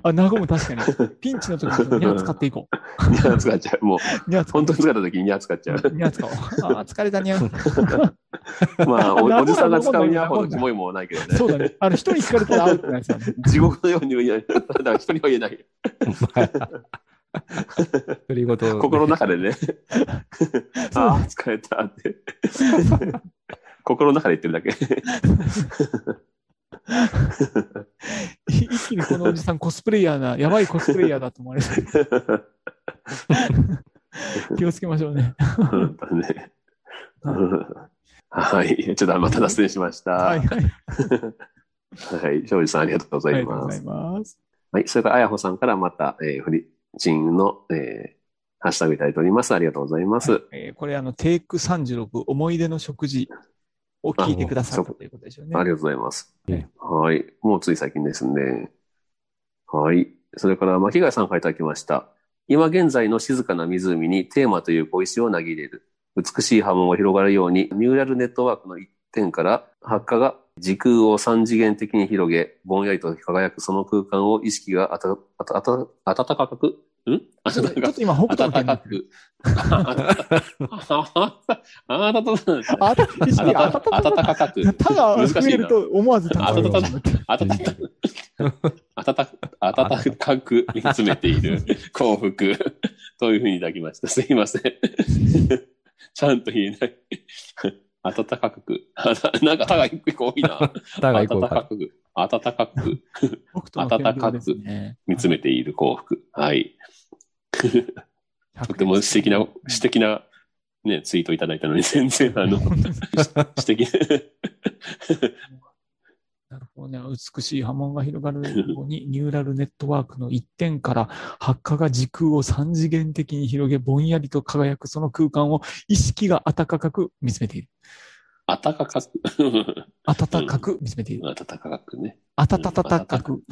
[SPEAKER 4] あ、ナゴも確かに。ピンチの時にニャー使っていこ
[SPEAKER 2] にゃー使っちゃう。もう、
[SPEAKER 4] う。ニャー使お
[SPEAKER 2] 本
[SPEAKER 4] う
[SPEAKER 2] 当。に疲れた時ににゃー使っちゃう。
[SPEAKER 4] ニャー使おう。あー、疲れたニャー。
[SPEAKER 2] まあ、お
[SPEAKER 4] な
[SPEAKER 2] お
[SPEAKER 4] んだ
[SPEAKER 2] じさんが使
[SPEAKER 4] なん
[SPEAKER 2] う
[SPEAKER 4] だ
[SPEAKER 2] にゃーほ
[SPEAKER 4] な
[SPEAKER 2] ど
[SPEAKER 4] んだ
[SPEAKER 2] キモいもんはないけどね。
[SPEAKER 4] そうだね。あの、人に聞かれたらアウトなんですよね。
[SPEAKER 2] 地獄のように言えない。だから人には言えない。
[SPEAKER 3] 独り言で
[SPEAKER 2] 心の 中でね。ああ、疲れたって。心の中で言ってるだけ。
[SPEAKER 4] 一気にこのおじさんコスプレイヤーな、やばいコスプレイヤーだと思われ る。気をつけましょうね。
[SPEAKER 2] 本当ね。うん はい。ちょっとまた脱線しました。
[SPEAKER 4] は
[SPEAKER 2] はいい。
[SPEAKER 4] はい。あ
[SPEAKER 2] 庄司さんありがとうござ
[SPEAKER 4] り
[SPEAKER 2] い
[SPEAKER 4] がとうご
[SPEAKER 2] ま
[SPEAKER 4] ざい
[SPEAKER 2] す。
[SPEAKER 4] ます。
[SPEAKER 2] はい。それから、あやほさんからまた、えー、フリチンの、えーハッシュタグいただいております。ありがとうございます。
[SPEAKER 4] えーこれ、あの、テイク36、思い出の食事を聞いてくださったということでしょうね
[SPEAKER 2] あ。りがとうございます。
[SPEAKER 3] ね
[SPEAKER 2] はい。もうつい最近ですね。はい。それから、巻貝さんからいただきました。今現在の静かな湖にテーマという小石を投げ入れる。美しい波紋が広がるように、ニューラルネットワークの一点から、発火が時空を三次元的に広げ、ぼんやりと輝くその空間を意識があた、あた、あた、暖かく、ん
[SPEAKER 4] ちょ
[SPEAKER 2] 暖
[SPEAKER 4] っ
[SPEAKER 2] か
[SPEAKER 4] とちょっ
[SPEAKER 2] く。
[SPEAKER 4] と今、北
[SPEAKER 2] 暖
[SPEAKER 4] 斗の拳
[SPEAKER 2] かく。ああ、暖かく。
[SPEAKER 4] あた、意識
[SPEAKER 2] 暖
[SPEAKER 4] あた
[SPEAKER 2] か
[SPEAKER 4] たたた。
[SPEAKER 2] く。
[SPEAKER 4] たが
[SPEAKER 2] 難しいな
[SPEAKER 4] 増えると思わず高くな
[SPEAKER 2] 暖
[SPEAKER 4] る
[SPEAKER 2] かく、暖かく、暖かく、暖かく見つめている幸福というふうにいただきました。すいません。 ちゃんと言えない。暖かく、あななんかたが一個多いな。
[SPEAKER 3] タが
[SPEAKER 2] 暖
[SPEAKER 3] 行こう
[SPEAKER 2] か
[SPEAKER 3] か。
[SPEAKER 2] く、暖かく
[SPEAKER 4] 北斗の拳王ですね。
[SPEAKER 2] 見つめている幸福。はい。
[SPEAKER 4] と
[SPEAKER 2] とても素敵な、素敵な、ね、ツイートいただいたのに全然、あの、素敵。
[SPEAKER 4] なるほどね。美しい波紋が広がるように、ニューラルネットワークの一点から、発火が時空を三次元的に広げ、ぼんやりと輝くその空間を意識が温かく見つめている。
[SPEAKER 2] 暖かく、
[SPEAKER 4] 温かく見つめてい
[SPEAKER 2] 暖
[SPEAKER 4] る。
[SPEAKER 2] かくね。
[SPEAKER 4] 温かく。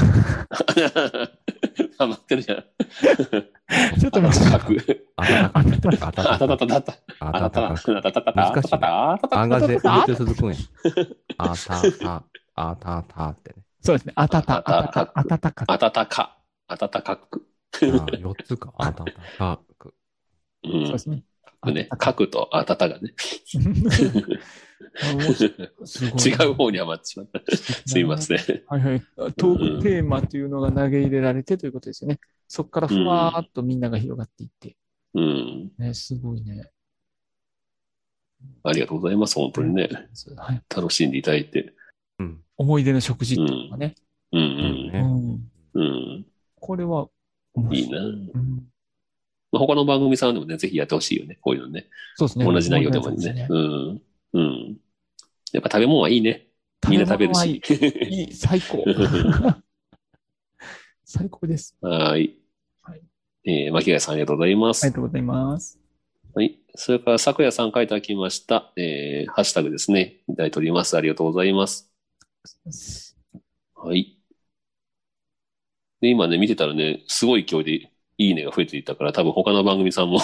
[SPEAKER 2] ハマってるじゃん。
[SPEAKER 4] ちょっと
[SPEAKER 2] 暖
[SPEAKER 4] 待
[SPEAKER 2] か
[SPEAKER 4] って。
[SPEAKER 2] く。
[SPEAKER 3] 暖かく。暖
[SPEAKER 2] あたた
[SPEAKER 3] か
[SPEAKER 2] た
[SPEAKER 3] く。
[SPEAKER 2] たた。あた
[SPEAKER 3] 暖
[SPEAKER 2] た
[SPEAKER 3] か
[SPEAKER 2] た
[SPEAKER 3] く。
[SPEAKER 2] たたたた
[SPEAKER 3] 難しい
[SPEAKER 2] たたた
[SPEAKER 3] あがぜ、あがぜ続くんや。あたた、あたたってね。
[SPEAKER 4] そうですね。温かく。温かく。
[SPEAKER 2] 暖か。暖かく。
[SPEAKER 3] あ4つか。あたたく。
[SPEAKER 2] う
[SPEAKER 4] そうで
[SPEAKER 2] ん。
[SPEAKER 4] すね。
[SPEAKER 2] ね、かくとあたたがね。
[SPEAKER 4] すごい。
[SPEAKER 2] 違う方にはまってしまった。すいません。
[SPEAKER 4] はいはい。トークテーマというのが投げ入れられてということですよね。そこからふわーっとみんなが広がっていって。
[SPEAKER 2] うん。
[SPEAKER 4] ね、すごいね。
[SPEAKER 2] ありがとうございます。本当にね。
[SPEAKER 4] はい、
[SPEAKER 2] 楽しんでいただいて。
[SPEAKER 3] うん。
[SPEAKER 4] 思い出の食事っていうのがね。
[SPEAKER 2] うん
[SPEAKER 3] うん
[SPEAKER 4] うん
[SPEAKER 2] うん。うん。
[SPEAKER 4] これは面白
[SPEAKER 2] いいな。
[SPEAKER 4] うん
[SPEAKER 2] まあ他の番組さんでもね、ぜひやってほしいよね。こういうのね。
[SPEAKER 4] そうですね。
[SPEAKER 2] 同じ内容でも
[SPEAKER 4] 同じやつ
[SPEAKER 2] ね
[SPEAKER 4] で。
[SPEAKER 2] うん。うん。やっぱ食べ物はいいね。
[SPEAKER 4] す
[SPEAKER 2] み
[SPEAKER 4] ね
[SPEAKER 2] んな食べるし。
[SPEAKER 4] いい、最高。 最高です。
[SPEAKER 2] はい。
[SPEAKER 4] はい
[SPEAKER 2] えー、巻貝さんありがとうございま
[SPEAKER 4] あ
[SPEAKER 2] す
[SPEAKER 4] り。がとうござ います。
[SPEAKER 2] はい。それから、昨夜さん書いてあきました、えー、ハッシュタグですね。いただいております。ありがとうございます。はい。で、今ね、見てたらね、すごい勢いでいいねが増えていったから、多分他の番組さんも、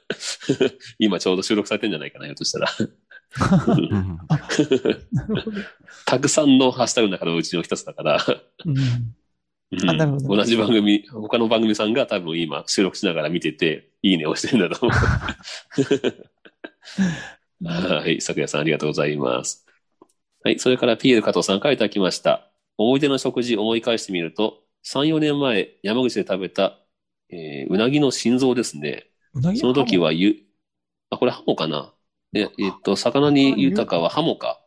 [SPEAKER 2] 今ちょうど収録されてんじゃないかな、ひょっとしたら。
[SPEAKER 3] うん
[SPEAKER 4] なるほど。
[SPEAKER 2] たくさんのハッシュタグの中のうちの一つだから、
[SPEAKER 4] うん
[SPEAKER 2] うん
[SPEAKER 4] あなるほど
[SPEAKER 2] 同じ番組、他の番組さんが多分今収録しながら見てて、いいねをしてるんだと思 う。はい、昨夜さんありがとうございます。はい、それから PL 加藤さんからいただきました。思い出の食事思い返してみると、3、4年前、山口で食べた、えーうなぎの心臓ですね。
[SPEAKER 4] うなぎ
[SPEAKER 2] その時
[SPEAKER 4] は。
[SPEAKER 2] はゆ、あ、これハモかなえ、えっと、魚に豊かはハモか。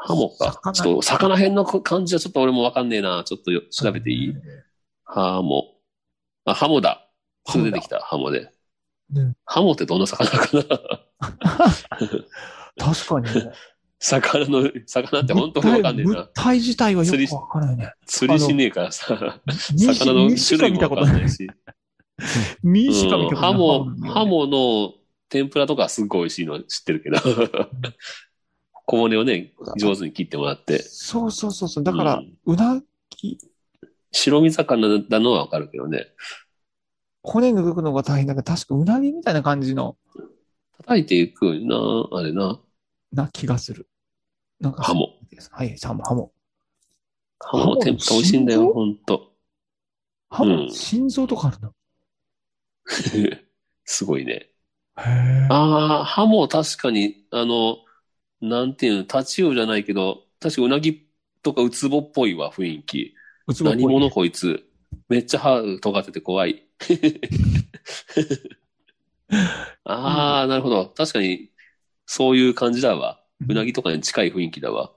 [SPEAKER 2] ハモか。
[SPEAKER 4] 魚
[SPEAKER 2] ちょっと、魚辺の感じはちょっと俺もわかんねえな。ちょっとよ調べていいハモ。あ、ハモだ。すぐ出てきた、ハモで
[SPEAKER 4] ね。
[SPEAKER 2] ハモってどんな魚かな
[SPEAKER 4] 確かにね。
[SPEAKER 2] 魚の、魚って本当にわかんねえな
[SPEAKER 4] 物体物。体自体はよくわからないね。
[SPEAKER 2] 釣りしねえからさ、
[SPEAKER 4] 身
[SPEAKER 2] 魚の
[SPEAKER 4] 身し
[SPEAKER 2] 種
[SPEAKER 4] か
[SPEAKER 2] 類
[SPEAKER 4] 見
[SPEAKER 2] もわ
[SPEAKER 4] たこ
[SPEAKER 2] か
[SPEAKER 4] と
[SPEAKER 2] ん
[SPEAKER 4] な
[SPEAKER 2] ない
[SPEAKER 4] い。
[SPEAKER 2] し。
[SPEAKER 4] 身しか
[SPEAKER 2] う
[SPEAKER 4] 見
[SPEAKER 2] ん
[SPEAKER 4] たことない。
[SPEAKER 2] ハモ、ハモの天ぷらとかはすっごい美味しいの知って るけど、小骨をね、上手に切ってもらって。
[SPEAKER 4] そうそうそうそう。だから
[SPEAKER 2] う、ん
[SPEAKER 4] うなぎ、
[SPEAKER 2] 白身魚なのはわかるけどね。
[SPEAKER 4] 骨抜くのが大変だけど、確かうなぎみたいな感じの
[SPEAKER 2] 叩いていくな、あれな。
[SPEAKER 4] な気がする。なんか、
[SPEAKER 2] ハ。モ。
[SPEAKER 4] はい、ハモ、ハモ。
[SPEAKER 2] ハモの天ぷら美味しいんだよ、ほんと。
[SPEAKER 4] ハ
[SPEAKER 2] う
[SPEAKER 4] モ、
[SPEAKER 2] ん
[SPEAKER 4] 心臓とかあるの
[SPEAKER 2] すごいね。
[SPEAKER 4] へ
[SPEAKER 2] ああ、ハモ確かに、あの、なんていうの、タチウオじゃないけど、確かうなぎとかウツボっぽいわ、雰囲気。
[SPEAKER 4] うつぼっぽい
[SPEAKER 2] 何者こいつ。めっちゃ歯尖ってて怖い。 ああ、なるほど。確かに、そういう感じだわ。うなぎとかに近い雰囲気だわ。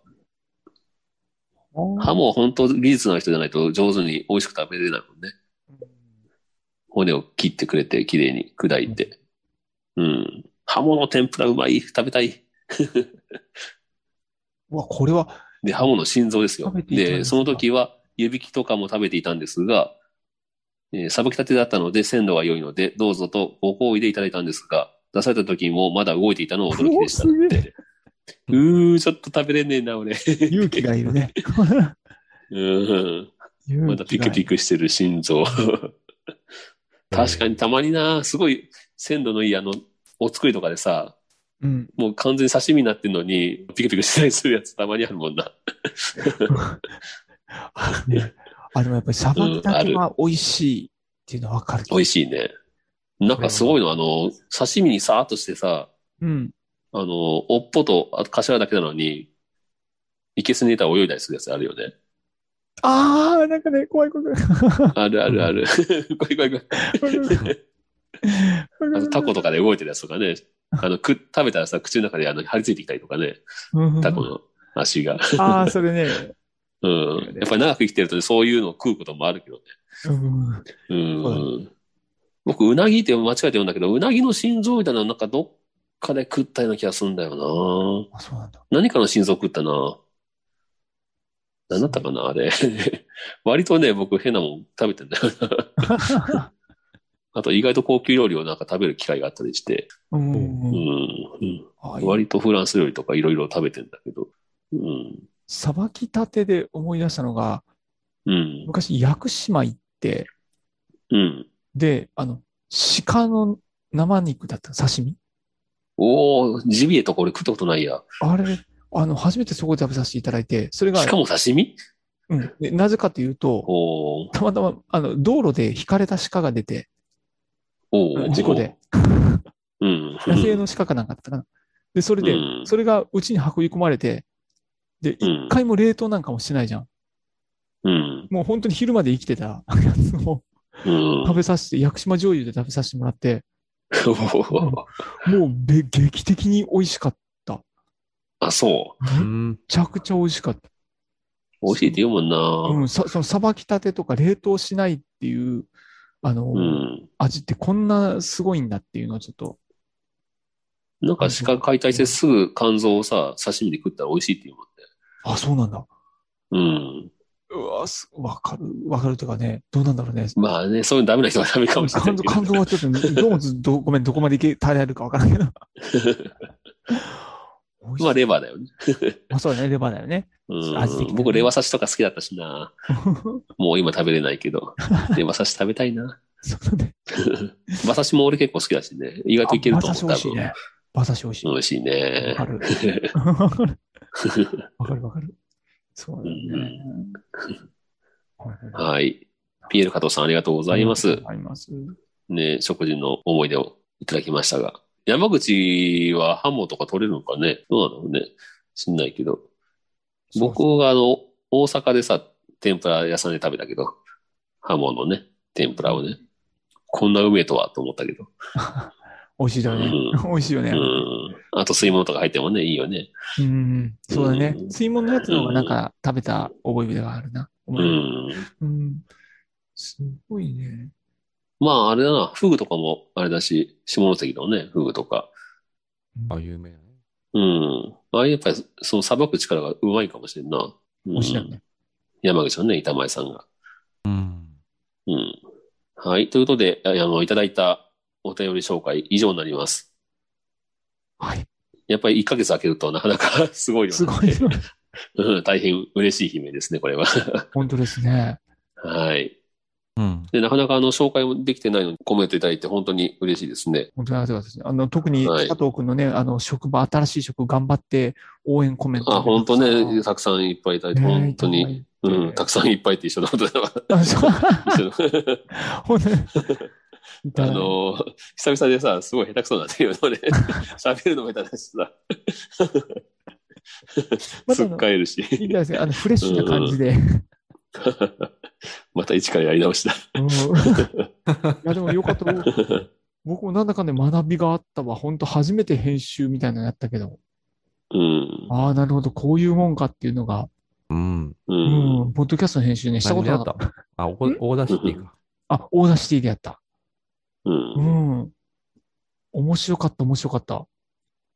[SPEAKER 2] ハモは本当技術のある人じゃないと上手に美味しく食べれないもんね。骨を切ってくれて、綺麗に砕いて。うん。ハモの天ぷらうまい。食べたい。
[SPEAKER 4] うわ、これは、
[SPEAKER 2] で、ハモの心臓ですよ
[SPEAKER 4] 食べ。ていたんですか
[SPEAKER 2] で、その時は湯引きとかも食べていたんですが、えー、さばきたてだったので鮮度が良いので、どうぞとご好意でいただいたんですが、出された時もまだ動いていたのを驚きでした。
[SPEAKER 4] おーすげえ
[SPEAKER 2] うー、ちょっと食べれねえな、俺。
[SPEAKER 4] 勇気がいるね。
[SPEAKER 2] うん。ま
[SPEAKER 4] 勇
[SPEAKER 2] だ
[SPEAKER 4] 気
[SPEAKER 2] ピク
[SPEAKER 4] がいる
[SPEAKER 2] ピクしてる心臓。確かにたまにな、すごい鮮度のいいあの、お作りとかでさ、
[SPEAKER 4] うん。
[SPEAKER 2] もう完全に刺身になってんのに、ピクピクしたりするやつたまにあるもんな。
[SPEAKER 4] あねあ、でもやっぱりサバきだけは美味しいっていうのはわかる。
[SPEAKER 2] 美味しいね。なんかすごいの、あの、刺身にさーっとしてさ、
[SPEAKER 4] うん。
[SPEAKER 2] あの、おっぽとあ頭だけなのに、いけすにいたら泳いだりするやつあるよ ね。
[SPEAKER 4] ああ、なんかね、怖い怖い怖い。
[SPEAKER 2] あるあるある。 これこれこれ。あとタコとかで動いてるやつとかね。あの、く、食べたらさ、口の中であの、張り付いてきたりとかね。タコ
[SPEAKER 4] うん
[SPEAKER 2] の足が。
[SPEAKER 4] ああ、それね。
[SPEAKER 2] うん。やっぱり長く生きてるとね、そういうのを食うこともあるけどね。
[SPEAKER 4] うん
[SPEAKER 2] うんうん。僕、うなぎって間違えて読んだけど、うなぎの心臓みたいなのなんかどっかで食ったような気がするんだよ
[SPEAKER 4] あ、そうなんだ。
[SPEAKER 2] な何かの心臓食ったな何だったかなあれ。 割とね、僕変なもん食べてんだよ な。あと意外と高級料理をなんか食べる機会があったりして、
[SPEAKER 4] うん
[SPEAKER 2] うん。
[SPEAKER 4] うん。あ
[SPEAKER 2] うん
[SPEAKER 4] いい
[SPEAKER 2] 割とフランス料理とかいろいろ食べてんだけど、うん。
[SPEAKER 4] さばきたてで思い出したのが、
[SPEAKER 2] うん。
[SPEAKER 4] 昔、屋久島行って、
[SPEAKER 2] うん。
[SPEAKER 4] で、あの、鹿の生肉だった刺身
[SPEAKER 2] おー、ジビエとか俺食ったことないや。
[SPEAKER 4] あれ、あの、初めてそこで食べさせていただいて、それが
[SPEAKER 2] し、かも刺身
[SPEAKER 4] うんでなぜかというと、
[SPEAKER 2] おー、
[SPEAKER 4] たまたま、あの、道路で引かれた鹿が出て、
[SPEAKER 2] おー。
[SPEAKER 4] 事故で、
[SPEAKER 2] うん。
[SPEAKER 4] 野生の鹿かなんかだったかな。で、それで、
[SPEAKER 2] うん
[SPEAKER 4] それがうちに運び込まれて、で、
[SPEAKER 2] うん
[SPEAKER 4] 一回も冷凍なんかもしてないじゃん。
[SPEAKER 2] うん。
[SPEAKER 4] もう本当に昼まで生きてたやつを
[SPEAKER 2] うん。
[SPEAKER 4] 食べさせて、屋久島醤油で食べさせてもらって、もうべ劇的に美味しかった。
[SPEAKER 2] あ、そう。
[SPEAKER 3] うん。
[SPEAKER 4] めちゃくちゃ美味しかった。
[SPEAKER 2] 美味しいって言うもん
[SPEAKER 4] う
[SPEAKER 2] な。
[SPEAKER 4] ん、さ、そのさばきたてとか冷凍しないっていう、あの、
[SPEAKER 2] うん。
[SPEAKER 4] 味ってこんなすごいんだっていうのをちょっと、
[SPEAKER 2] なんか鹿解体してすぐ肝臓をさ、刺身で食ったら美味しいって言う
[SPEAKER 4] あ、そうなんだ。
[SPEAKER 2] もんね。
[SPEAKER 4] うわ、すわかる、わかるというかね、どうなんだろうね。
[SPEAKER 2] うん。まあね、そういうのダメな人はダメかも
[SPEAKER 4] 感
[SPEAKER 2] しれない
[SPEAKER 4] 動、感動はちょっと、どうもずど、ごめん、どこまでいけ、耐えられるかわか らんけど。
[SPEAKER 2] けど。
[SPEAKER 4] 美味しい
[SPEAKER 2] まあ、レバーだよね。
[SPEAKER 4] まあ、そうだね、レバーだよね。 味
[SPEAKER 2] うん。
[SPEAKER 4] 的にね
[SPEAKER 2] 僕、レバ刺しとか好きだったしな。もう今食べれないけ ど。レバ刺し食べたいな。
[SPEAKER 4] そうだね。
[SPEAKER 2] 馬刺しも俺結構好きだしね。意外といけると
[SPEAKER 4] あ馬
[SPEAKER 2] 思う。
[SPEAKER 4] 刺し美味しいね。馬刺し美味しい。
[SPEAKER 2] 多分。美味しいね
[SPEAKER 4] わか。る。わかる。わかる、わかる。そうだよね。はい
[SPEAKER 2] はい。ピエール加藤さんありがとうございます。
[SPEAKER 4] あります。
[SPEAKER 2] ね、食事の思い出をいただきましたが。山口はハモとか取れるのかねどうなのね知んないけど。僕があの、大阪でさ、天ぷら屋さんで食べたけど、ハモのね、天ぷらをね、こんなうめえとはと思ったけど。
[SPEAKER 4] 美味しいだよね。
[SPEAKER 2] う
[SPEAKER 4] 美味しいよね
[SPEAKER 2] う。ん。あと、吸い物とか入ってもね、いいよね。
[SPEAKER 4] うん。そうだね
[SPEAKER 2] う。ん
[SPEAKER 4] 水門のやつの方がなんか食べた覚えがあるな。
[SPEAKER 2] うん。
[SPEAKER 4] うん。すごいね。
[SPEAKER 2] まあ、あれだな、フグとかもあれだし、下関のね、フグとか。
[SPEAKER 3] あ、有名なね。
[SPEAKER 2] うん。あれやっぱり、そのさばく力がうまいかもしれんな。うん
[SPEAKER 4] 美味しいよね。
[SPEAKER 2] 山口のね、板前さんが。
[SPEAKER 3] うん。
[SPEAKER 2] うん。はい。ということで、ああの、いただいたお便り紹介以上になります。
[SPEAKER 4] はい。
[SPEAKER 2] やっぱり1ヶ月空けるとなかなか すごいよね。
[SPEAKER 4] すごい。
[SPEAKER 2] うん、大変嬉しい悲鳴ですね、これは。
[SPEAKER 4] 本当ですね。
[SPEAKER 2] はい。
[SPEAKER 3] うん。
[SPEAKER 2] で、なかなかあの、紹介もできてないのにコメントいただいて本当に嬉しいですね。
[SPEAKER 4] 本当にありがたかったですね。あの、特に
[SPEAKER 2] はい
[SPEAKER 4] 佐藤くんのね、あの、職場、新しい職頑張って応援コメント。
[SPEAKER 2] あ、本当ね、。たくさんいっぱいいただいて、本当に。
[SPEAKER 4] に
[SPEAKER 2] うん、たくさんいっぱいって一緒のことだ わ。一緒の
[SPEAKER 4] ほんとね。い
[SPEAKER 2] あ
[SPEAKER 4] ただいて
[SPEAKER 2] のー、久々でさ、すごい下手くそになってるよね、 俺。喋るのも下手だしさ。す
[SPEAKER 4] またあ
[SPEAKER 2] っ
[SPEAKER 4] の
[SPEAKER 2] かえる
[SPEAKER 4] いいじゃ
[SPEAKER 2] し。
[SPEAKER 4] ないですか。あの、フレッシュな感じで。
[SPEAKER 2] また一からやり直しだ。
[SPEAKER 4] うんいや、でもよかった。僕もなんだかんだ学びがあったわ。本当初めて編集みたいなのやったけど。
[SPEAKER 2] うん。
[SPEAKER 4] ああ、なるほど。こういうもんかっていうのが。
[SPEAKER 3] うん。
[SPEAKER 2] う。
[SPEAKER 4] うんん。ポッドキャストの編集ね、したことなかった。
[SPEAKER 3] 何でやった。あ、おこオーダーシティか。
[SPEAKER 4] あ、オーダーシティでやった。
[SPEAKER 2] う。
[SPEAKER 4] うんん。面白かった、面白かった。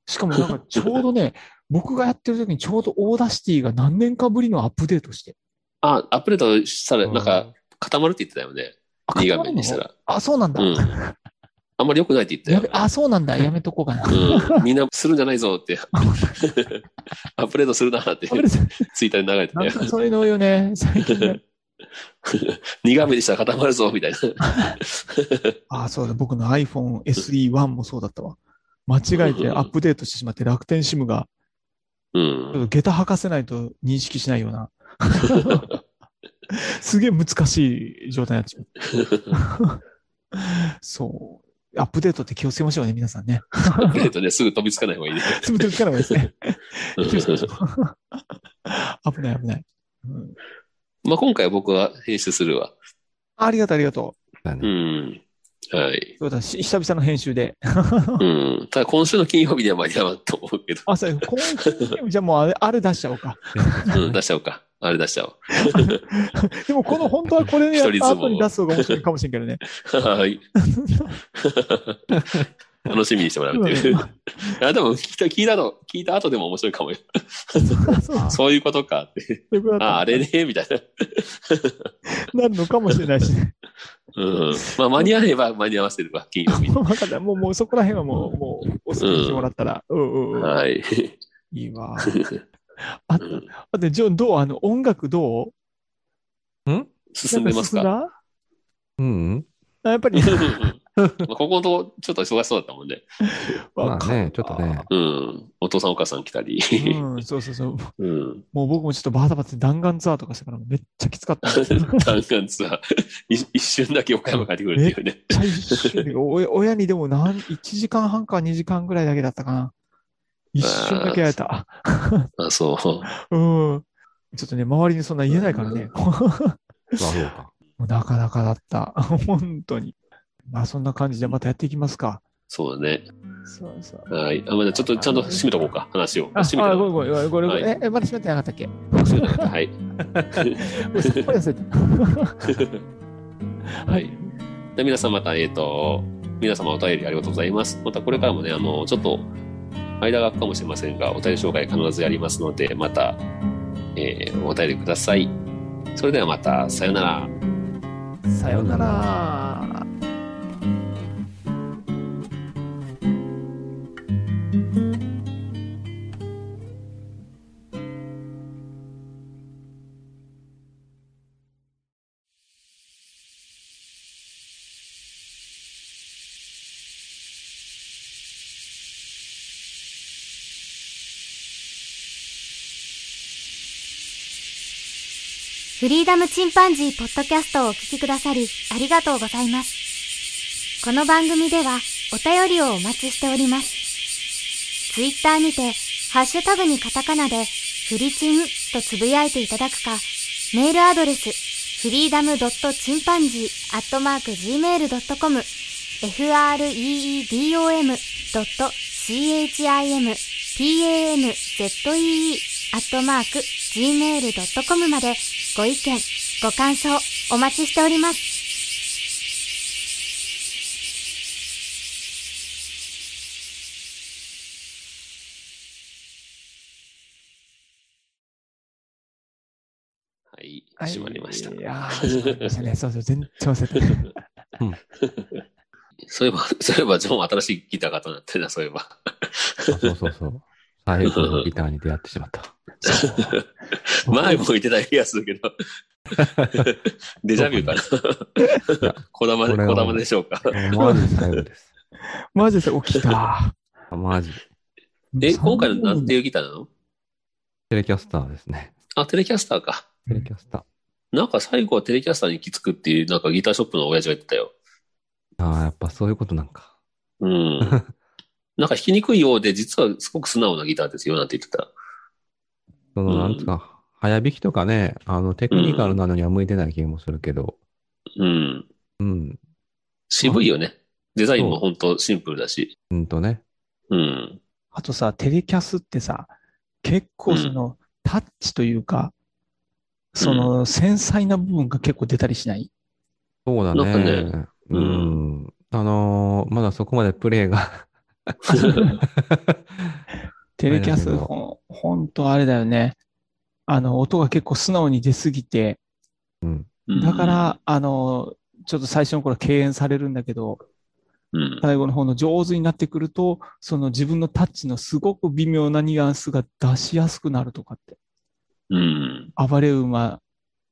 [SPEAKER 4] しかもなんかちょうどね、僕がやってる時にちょうどオーダーシティが何年かぶりのアップデートして。
[SPEAKER 2] あ、アップデートしたら、
[SPEAKER 3] うん
[SPEAKER 2] なんか、固まるって言ってたよね。
[SPEAKER 4] あ
[SPEAKER 2] 2
[SPEAKER 4] 固
[SPEAKER 2] 画
[SPEAKER 4] まる
[SPEAKER 2] 面
[SPEAKER 4] の
[SPEAKER 2] にしたら。
[SPEAKER 4] あ、そうなんだ。
[SPEAKER 2] うん。あんまり良くないって言
[SPEAKER 4] や
[SPEAKER 2] っ
[SPEAKER 4] べ
[SPEAKER 2] たよ。
[SPEAKER 4] あ、そうなんだ。やめとこうかな。あ
[SPEAKER 2] うん。みんなするんじゃないぞって。 アップデートするなって、
[SPEAKER 4] ごめんなさい
[SPEAKER 2] ツイッターで流れてた
[SPEAKER 4] なん
[SPEAKER 2] よ。
[SPEAKER 4] かそういうの多いよね。最近ね。
[SPEAKER 2] 2画面にしたら固まるぞ、みたいな。
[SPEAKER 4] あ、そうだ。僕の iPhone SE1 もそうだったわ。間違えてアップデートしてしまって楽天シムが、
[SPEAKER 2] う
[SPEAKER 4] ちょ
[SPEAKER 2] ん。
[SPEAKER 4] っと下駄履かせないと認識しないよう な。すげえ難しい状態になっちゃう。 そう。アップデートって気をつけましょうね、皆さんね。
[SPEAKER 2] アップデートね、すぐ飛びつかない方がいいね。
[SPEAKER 4] つぶてつかない方がいいですね。
[SPEAKER 2] うん
[SPEAKER 4] 気をつけ ましょう危ない、危ない。うん
[SPEAKER 2] まあ今回は僕は編集するわ。
[SPEAKER 4] ありがとう、ありがと
[SPEAKER 3] だ
[SPEAKER 2] う
[SPEAKER 3] ね。
[SPEAKER 2] ん。はい。
[SPEAKER 4] う。そうだ、し久々の編集で。
[SPEAKER 2] うん。ただ今週の金曜日には間に合わんと思うけど。
[SPEAKER 4] あ、そう、今週、じゃあもうあれ、あれ出しちゃおうか。
[SPEAKER 2] うん、出しちゃおうか。あれ出しちゃおう。
[SPEAKER 4] でも、この、本当はこ れでやった後に出す方が面白いかもしれんけどね。
[SPEAKER 2] はい。 楽しみにしてもらうっていう。あ、でも聞いた、聞いたの、聞いた後でも面白いかもよ。
[SPEAKER 4] そう、そ
[SPEAKER 2] そういうことかって。
[SPEAKER 4] ういうこと
[SPEAKER 2] あ、
[SPEAKER 4] だ
[SPEAKER 2] あ
[SPEAKER 4] った
[SPEAKER 2] れね、みたいな。
[SPEAKER 4] なるのかもしれないしね。
[SPEAKER 2] うん。まあ間に合えば間に合わせれば、金曜日に。
[SPEAKER 4] わか った。もう、もうそこら辺はもう、もう、お勧めしてもらったら。うんうんうん。
[SPEAKER 2] はい。
[SPEAKER 4] いい わ。あと、あと、ジョン、どうあの、音楽どう
[SPEAKER 3] うん
[SPEAKER 2] 進んでます
[SPEAKER 4] な
[SPEAKER 2] か
[SPEAKER 4] ん進んだ
[SPEAKER 3] うん
[SPEAKER 4] あやっぱ り、
[SPEAKER 2] うんまあここのとこ、ちょっと忙しそうだったもんね。
[SPEAKER 3] まあね、ちょっとね。
[SPEAKER 2] うん。お父さんお母さん来たり。
[SPEAKER 4] うん、そうそうそう。
[SPEAKER 2] うん。
[SPEAKER 4] もう僕もちょっとバタバタ弾丸ツアーとかしたからめっちゃきつかった。めっ
[SPEAKER 2] 弾丸ツアー。い一瞬だけ岡山帰ってくるっていうね。
[SPEAKER 4] ちゃ一瞬でお親にでも何、1時間半か2時間ぐらいだけだったかな。一瞬だけ会えた。
[SPEAKER 2] あ、そう。
[SPEAKER 4] うん。ちょっとね、周りにそんな言えないからね。
[SPEAKER 3] あそうか。
[SPEAKER 4] もうなかなかだった。 本当に。まあそんな感じでまたやっていきますか。
[SPEAKER 2] そうだね。
[SPEAKER 4] そうそう。
[SPEAKER 2] はい。あ、まだちょっとちゃんと締めとこうか、話を。
[SPEAKER 4] あ、
[SPEAKER 2] 締め
[SPEAKER 4] あ
[SPEAKER 2] て
[SPEAKER 4] ごめんごめんごめんごめん
[SPEAKER 2] は
[SPEAKER 4] え、えまだ閉めてなかったっけ
[SPEAKER 2] 締めてなかったはい。
[SPEAKER 4] ごめんすっ かり忘れた
[SPEAKER 2] はい。で皆さんまた、えっ、と、皆様お便りありがとうございます。またこれからもね、あの、ちょっと、間が空くかもしれませんが、お便り紹介必ずやりますので、また、えーお便りください。それではまた、さよなら。
[SPEAKER 4] さようなら。
[SPEAKER 1] フリーダムチンパンジーポッドキャストをお聞きくださり、ありがとうございます。この番組では、お便りをお待ちしております。ツイッターにて、ハッシュタグにカタカナで、フリチンとつぶやいていただくか、メールアドレス、フリーダムドットチンパンジーアットマーク Gmail.com、freedom.chimpanzee アットマーク Gmail.com まで、ご意見、ご感想、お待ちしております。
[SPEAKER 2] はい。
[SPEAKER 4] はい
[SPEAKER 2] 閉まりました。
[SPEAKER 4] いやー、閉まりましたね。そうそう、全然忘れてた。
[SPEAKER 2] そういえば、 そういえば、ジョンは新しいギター型になってるな、そういえば。
[SPEAKER 3] そうそうそう。最後のギターに出会ってしまった。
[SPEAKER 2] 前も言ってた気がするけど。 デジャビューかな。 こだまで、
[SPEAKER 3] これは
[SPEAKER 2] こだまでしょうか。
[SPEAKER 3] マジで最後です。
[SPEAKER 4] マジで起きた。
[SPEAKER 3] あマジ。
[SPEAKER 2] え、今回のなんて
[SPEAKER 4] いう
[SPEAKER 2] いうギターなの
[SPEAKER 3] テレキャスターですね。
[SPEAKER 2] あ、テレキャスターか。
[SPEAKER 3] テレキャスタ
[SPEAKER 2] なんか最後はテレキャスターに行き着くっていう、なんかギターショップの親父が言ってたよ。
[SPEAKER 3] ー。ああ、やっぱそういうことなんか。
[SPEAKER 2] うん。なんか弾きにくいようで、実はすごく素直なギターですよ、なんて言ってた。
[SPEAKER 3] その、なんつうか、早弾きとかね、あの、テクニカルなのには向いてない気もするけど、
[SPEAKER 2] うん。
[SPEAKER 3] うん、
[SPEAKER 2] 渋いよね。デザインも本当シンプルだし。
[SPEAKER 3] うんとね。
[SPEAKER 2] うん。
[SPEAKER 4] あとさ、テレキャスってさ、結構その、タッチというか、その、繊細な部分が結構出たりしない
[SPEAKER 3] そうだ
[SPEAKER 2] なんか
[SPEAKER 3] ね。
[SPEAKER 2] ね
[SPEAKER 3] う。
[SPEAKER 2] うん
[SPEAKER 3] あのーまだそこまでプレイが。
[SPEAKER 4] テレキャ
[SPEAKER 3] あ
[SPEAKER 4] ス、
[SPEAKER 3] れだけど
[SPEAKER 4] ほんほんとあれだよね。あの、音が結構素直に出すぎて、だから、あの、ちょっと最初の頃は敬遠されるんだけど、
[SPEAKER 2] うん、
[SPEAKER 4] 最後の方の上手になってくると、その自分のタッチのすごく微妙なニュアンスが出しやすくなるとかって。
[SPEAKER 2] うん。
[SPEAKER 4] 暴れ馬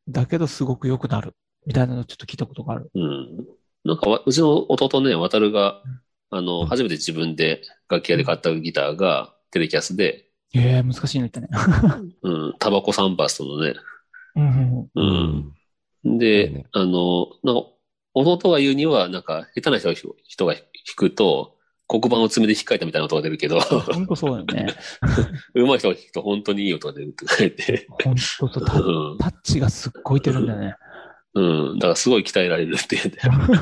[SPEAKER 4] だけどすごく良くなる。みたいなのちょっと聞いたことがある。
[SPEAKER 2] うん。なんかわ、うちの弟ね、渡るが、あの、初めて自分で楽器屋で買ったギターがテレキャスで、
[SPEAKER 4] ええ難しいの言ったね。
[SPEAKER 2] うん、タバコサンバーストのね、
[SPEAKER 4] うん。
[SPEAKER 3] う
[SPEAKER 2] うん。。
[SPEAKER 3] いいね
[SPEAKER 2] で、あの、なんか、弟が言うには、なんか、下手な人が人が弾くと、黒板を爪で引っかいたみたいな音が出るけど、
[SPEAKER 4] ほんとそうだよね。
[SPEAKER 2] 上手い人が弾くと本当にいい音が出るって書いて、
[SPEAKER 4] ほんとそうタ
[SPEAKER 2] う
[SPEAKER 4] ッ
[SPEAKER 2] ん
[SPEAKER 4] タッチがすっごい出るんだ よね。
[SPEAKER 2] うん。だからすごい鍛えられるって 言って。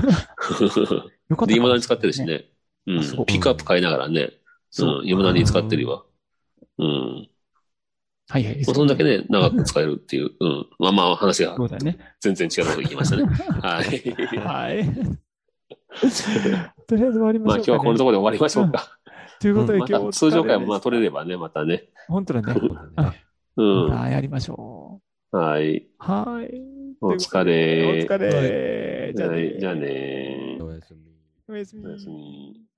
[SPEAKER 4] よかった。
[SPEAKER 2] で、未だに使ってるし。ね。う
[SPEAKER 4] あすご
[SPEAKER 2] ん。
[SPEAKER 4] い
[SPEAKER 2] ピックアップ買いながらね。
[SPEAKER 4] そうう。
[SPEAKER 2] ん。未だに使ってるわ。うん。
[SPEAKER 4] はいはい。
[SPEAKER 2] まあそんだけね、長く使えるっていう。うん。まあまあ話が
[SPEAKER 4] そうだよね。
[SPEAKER 2] 全然違うところに行きました ね。はい。
[SPEAKER 4] はい。とりあえず終わり
[SPEAKER 2] まあ
[SPEAKER 4] ま
[SPEAKER 2] 今
[SPEAKER 4] し
[SPEAKER 2] 日
[SPEAKER 4] ょう
[SPEAKER 2] は
[SPEAKER 4] か、ね。
[SPEAKER 2] このところで終わりましょうか。
[SPEAKER 4] ということで
[SPEAKER 2] ま
[SPEAKER 4] 今日、
[SPEAKER 2] た通常回もまあ取れればね、またね。
[SPEAKER 4] 本当だね。
[SPEAKER 2] う
[SPEAKER 4] ま
[SPEAKER 2] ん。
[SPEAKER 4] たやりましょ
[SPEAKER 2] はい。
[SPEAKER 4] う。はい。
[SPEAKER 2] お疲
[SPEAKER 4] お
[SPEAKER 2] れ。
[SPEAKER 4] 疲れ。じゃあ
[SPEAKER 2] は
[SPEAKER 4] ね
[SPEAKER 2] いじゃあね。
[SPEAKER 3] おやすみ。
[SPEAKER 4] おやすみ
[SPEAKER 2] おやすみ。